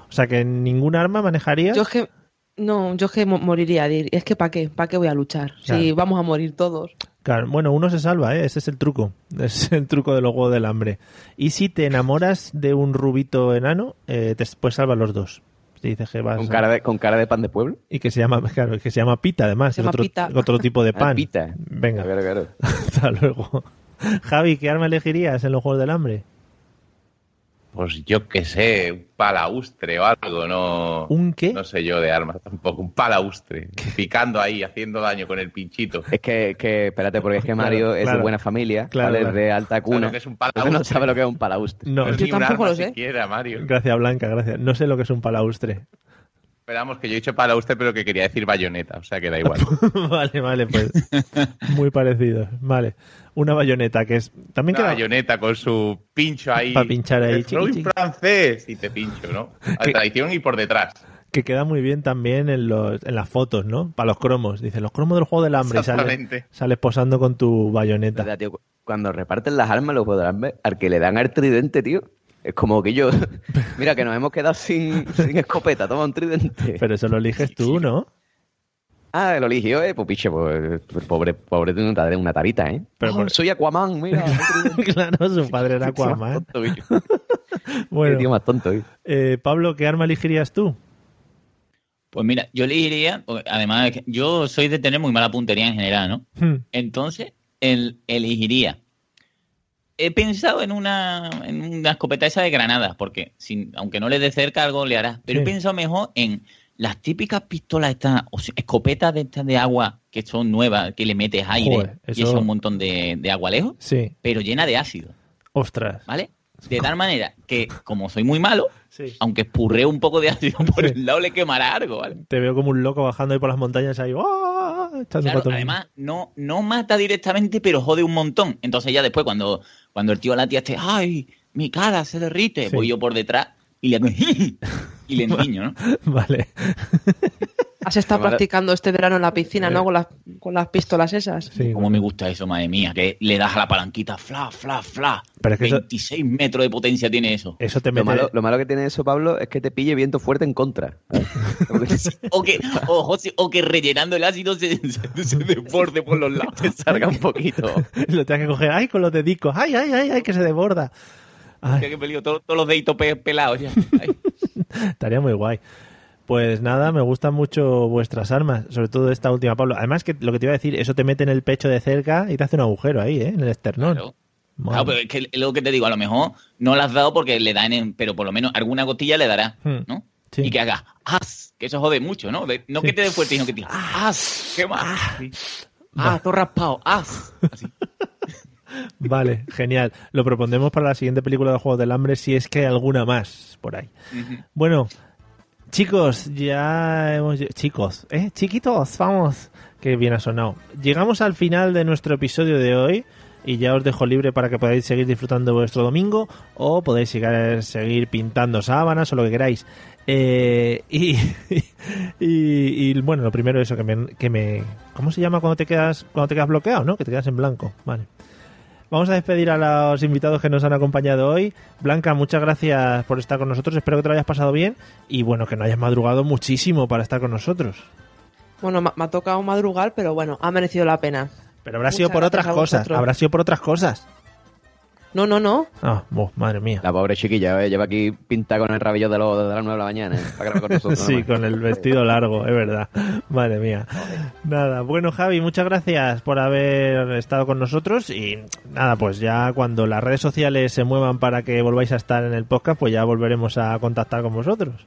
Speaker 1: O sea que ningún arma manejarías.
Speaker 3: yo es que. No, yo es que mo- moriría. dir- Es que ¿para qué? ¿Para qué voy a luchar? Si
Speaker 1: Claro.
Speaker 3: vamos a morir todos.
Speaker 1: Claro, bueno, uno se salva, ¿eh? ese es el truco. Es el truco de los juegos del hambre. Y si te enamoras de un rubito enano, eh, te puedes salvar los dos. Si dices que vas
Speaker 6: con,
Speaker 1: a-
Speaker 6: cara de, con cara de pan de pueblo.
Speaker 1: Y que se llama, claro, que se llama pita además,
Speaker 3: Se
Speaker 1: es
Speaker 3: llama
Speaker 1: otro,
Speaker 3: pita.
Speaker 1: otro tipo de
Speaker 6: Ah,
Speaker 1: pan.
Speaker 6: pita.
Speaker 1: Venga,
Speaker 6: Claro, claro.
Speaker 1: hasta luego. Javi, ¿qué arma elegirías en los Juegos del Hambre?
Speaker 2: Pues yo qué sé, un palaustre o algo, no.
Speaker 1: ¿Un qué?
Speaker 2: No sé yo de armas tampoco, un palaustre. Picando ahí, haciendo daño con el pinchito.
Speaker 6: Es que, que, espérate, porque es que
Speaker 1: Claro,
Speaker 6: Mario es
Speaker 1: claro.
Speaker 6: de buena familia,
Speaker 1: Claro,
Speaker 6: ¿vale?
Speaker 1: claro.
Speaker 6: Es de alta
Speaker 2: ¿Sabes
Speaker 6: cuna.
Speaker 2: lo que es un
Speaker 6: Entonces no
Speaker 2: palaustre?
Speaker 6: sabe lo que es un palaustre.
Speaker 1: No,
Speaker 2: No es
Speaker 3: Yo
Speaker 2: ni un
Speaker 3: tampoco
Speaker 2: arma
Speaker 3: lo sé.
Speaker 2: siquiera, Mario.
Speaker 1: gracias Blanca, gracias. No sé lo que es un palaustre.
Speaker 2: Esperamos que yo he dicho palaustre, pero que quería decir bayoneta, o sea que da igual.
Speaker 1: vale, vale, pues muy parecidos. Vale, una bayoneta que es también
Speaker 2: Una
Speaker 1: queda
Speaker 2: bayoneta con su pincho ahí.
Speaker 1: Pa' pinchar ahí,
Speaker 2: "Le soy
Speaker 1: chiqui, chiqui".
Speaker 2: francés! Y te pincho, ¿no? A
Speaker 1: Que-
Speaker 2: traición y por detrás.
Speaker 1: que queda muy bien también en los en las fotos, ¿no? Para los cromos, dice, los cromos del juego del hambre y sales,
Speaker 2: Exactamente.
Speaker 1: sales posando con tu bayoneta.
Speaker 6: ¿Verdad, tío? Cu- Cuando reparten las armas, lo podrán ver. Al que le dan al tridente, tío. Es como que yo. Mira, que nos hemos quedado sin, sin escopeta. Toma un tridente.
Speaker 1: Pero eso lo eliges tú, ¿no?
Speaker 6: Ah, lo eligió, eh. Pues piche, pues, pobre, pobre tiene una, una tarita, eh.
Speaker 1: Pero
Speaker 6: Oh,
Speaker 1: por-
Speaker 6: Soy Aquaman, mira.
Speaker 1: claro, su padre era
Speaker 6: Qué tío más
Speaker 1: Aquaman.
Speaker 6: tonto, bicho. Qué tío
Speaker 1: Bueno,
Speaker 6: más tonto, bicho.
Speaker 1: eh, Pablo, ¿qué arma elegirías tú?
Speaker 5: Pues mira, yo le diría, porque además es que yo soy de tener muy mala puntería en general, ¿no?
Speaker 1: Hmm,
Speaker 5: Entonces, el, elegiría. He pensado en una, en una escopeta esa de granadas, porque sin, aunque no le dé cerca algo le hará. Pero
Speaker 1: Sí.
Speaker 5: he pensado mejor en las típicas pistolas estas, o sea, escopetas de estas de agua que son nuevas, que le metes aire
Speaker 1: Joder,
Speaker 5: y
Speaker 1: eso-
Speaker 5: eso un montón de, de agua lejos,
Speaker 1: Sí,
Speaker 5: pero llena de ácido,
Speaker 1: ostras.
Speaker 5: ¿vale? De tal manera que, como soy muy malo,
Speaker 1: Sí.
Speaker 5: aunque espurré un poco de ácido por
Speaker 1: Sí.
Speaker 5: el lado, le quemará algo, ¿vale?
Speaker 1: Te veo como un loco bajando ahí por las montañas ahí. ¡ah! echando
Speaker 5: Claro,
Speaker 1: para todo el mundo.
Speaker 5: además no, no mata directamente, pero jode un montón. Entonces ya después cuando, cuando el tío a la tía esté, ay, mi cara se derrite,
Speaker 1: Sí.
Speaker 5: voy yo por detrás y le hago y le endiño, ¿no?
Speaker 1: Vale.
Speaker 3: Has estado
Speaker 6: Ahora-
Speaker 3: practicando este verano en la piscina, ¿no? Con las, con las pistolas esas.
Speaker 1: Eh. Sí.
Speaker 5: Como me gusta eso, madre mía, que le das a la palanquita, fla, fla, fla.
Speaker 1: Pero es que eso-
Speaker 5: 26 metros de potencia tiene eso.
Speaker 1: Eso te
Speaker 6: Lo
Speaker 1: mete.
Speaker 6: malo, lo malo que tiene eso, Pablo, es que te pille viento fuerte en contra.
Speaker 5: O que, o, José, o que rellenando el ácido se, se, se desborde por los lados.
Speaker 6: Te salga un poquito.
Speaker 1: Lo tienes que coger. ¡Ay, con los dedicos! ¡Ay, ay, ay, ay! Que se desborda. Ay,
Speaker 5: Qué peligro, todos, todos los deditos pe- pelados ya. Ay.
Speaker 1: Estaría muy guay. Pues nada, me gustan mucho vuestras armas, sobre todo esta última, Pablo. Además, que lo que te iba a decir, eso te mete en el pecho de cerca y te hace un agujero ahí, ¿eh? En el esternón.
Speaker 5: Claro.
Speaker 1: Madre.
Speaker 5: Claro, pero es que es lo que te digo, a lo mejor no la has dado porque le dan, en- pero por lo menos alguna gotilla le dará,
Speaker 1: Hmm.
Speaker 5: ¿no?
Speaker 1: Sí.
Speaker 5: Y que haga as, que eso jode mucho, ¿no? De- no
Speaker 1: Sí. Ah.
Speaker 5: que te dé fuerte, sino que te diga as, qué más. Sí. Ah, todo raspado, as. Así.
Speaker 1: Vale, genial. Lo propondremos para la siguiente película de Juegos del Hambre, si es que hay alguna más por ahí.
Speaker 5: Ujú.
Speaker 1: Bueno, chicos, ya hemos... lle- Chicos, ¿eh? Chiquitos, vamos. Qué bien ha sonado. Llegamos al final de nuestro episodio de hoy y ya os dejo libre para que podáis seguir disfrutando vuestro domingo o podéis llegar- seguir pintando sábanas o lo que queráis. Eh, y, y, y, bueno, lo primero eso que me, que me... ¿Cómo se llama cuando te quedas cuando te quedas bloqueado, no? Que te quedas en blanco. Vale. Vamos a despedir a los invitados que nos han acompañado hoy. Blanca, muchas gracias por estar con nosotros. Espero que te lo hayas pasado bien y bueno, que no hayas madrugado muchísimo para estar con nosotros.
Speaker 3: Bueno, me, me ha tocado madrugar, pero bueno, ha merecido la pena.
Speaker 1: Pero habrá sido por otras cosas. Habrá sido por otras cosas.
Speaker 3: No, no, no.
Speaker 1: Ah, buh, madre mía.
Speaker 6: La pobre chiquilla, eh, lleva aquí pinta con el rabillo de los desde las 9 de la mañana. eh, para grabar con nosotros,
Speaker 1: Sí,
Speaker 6: nada más.
Speaker 1: con el vestido largo, es verdad. Madre mía. Nada, bueno Javi, muchas gracias por haber estado con nosotros y nada, pues ya cuando las redes sociales se muevan para que volváis a estar en el podcast, pues ya volveremos a contactar con vosotros.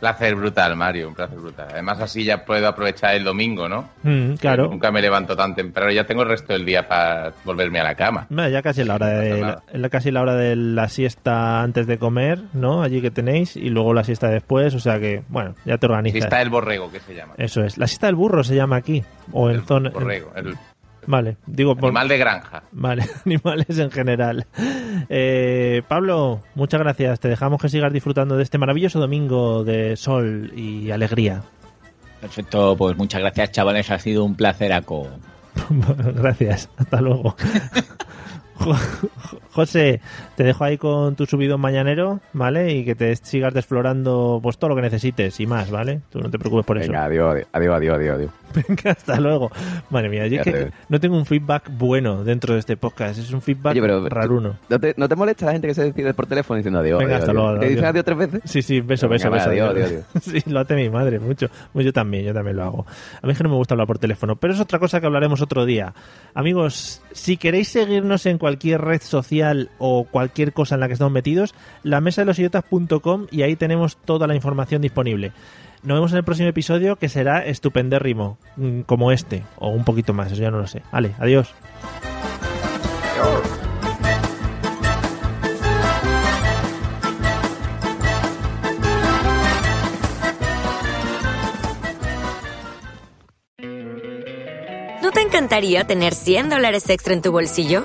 Speaker 2: Placer brutal, Mario, un placer brutal. Además, así ya puedo aprovechar el domingo, ¿no?
Speaker 1: Mm, claro.
Speaker 2: Nunca me levanto tan temprano, ya tengo el resto del día para volverme a la cama.
Speaker 1: Mira, ya casi la hora de
Speaker 2: No pasa
Speaker 1: la, la- casi la hora de la siesta antes de comer, ¿no? Allí que tenéis y luego la siesta después, o sea que bueno, ya te
Speaker 2: Si está
Speaker 1: organizas.
Speaker 2: el borrego, que se llama.
Speaker 1: Eso es. La siesta del burro se llama aquí o en zona en-
Speaker 2: Borrego, el
Speaker 1: Vale, digo por
Speaker 2: animal de granja.
Speaker 1: Vale, animales en general. Eh, Pablo, muchas gracias. Te dejamos que sigas disfrutando de este maravilloso domingo de sol y alegría.
Speaker 5: Perfecto, pues muchas gracias, chavales. Ha sido un placer, Aco.
Speaker 1: gracias, hasta luego. Jo- José, te dejo ahí con tu subido mañanero, ¿vale? Y que te sigas desflorando pues, todo lo que necesites y más, ¿vale? Tú no te preocupes por eso.
Speaker 6: Venga, adiós, adiós, adiós, adiós, adiós, adiós.
Speaker 1: Venga, hasta luego. Madre mía, yo es
Speaker 6: Ya
Speaker 1: que
Speaker 6: te-
Speaker 1: no tengo un feedback bueno dentro de este podcast. Es un feedback
Speaker 6: Oye, pero-
Speaker 1: raruno.
Speaker 6: ¿No te, ¿No te molesta la gente que se decide por teléfono diciendo adiós?
Speaker 1: Venga,
Speaker 6: adiós,
Speaker 1: hasta
Speaker 6: adiós?
Speaker 1: luego,
Speaker 6: ¿Que dices
Speaker 1: adiós.
Speaker 6: adiós tres veces?
Speaker 1: Sí, sí, beso, beso,
Speaker 6: Venga,
Speaker 1: beso.
Speaker 6: va, adiós,
Speaker 1: beso.
Speaker 6: adiós,
Speaker 1: Sí, lo hace mi madre, mucho. Pues Yo también, yo también lo hago. A mí es que no me gusta hablar por teléfono, pero es otra cosa que hablaremos otro día. Amigos, si queréis seguirnos en cualquier red social o cualquier cosa en la que estamos metidos, la mesa de los idiotas.com y ahí tenemos toda la información disponible. Nos vemos en el próximo episodio que será estupendérrimo, mm, como este, o un poquito más, eso ya no lo sé. Vale, adiós.
Speaker 10: ¿No te encantaría tener 100 dólares extra en tu bolsillo?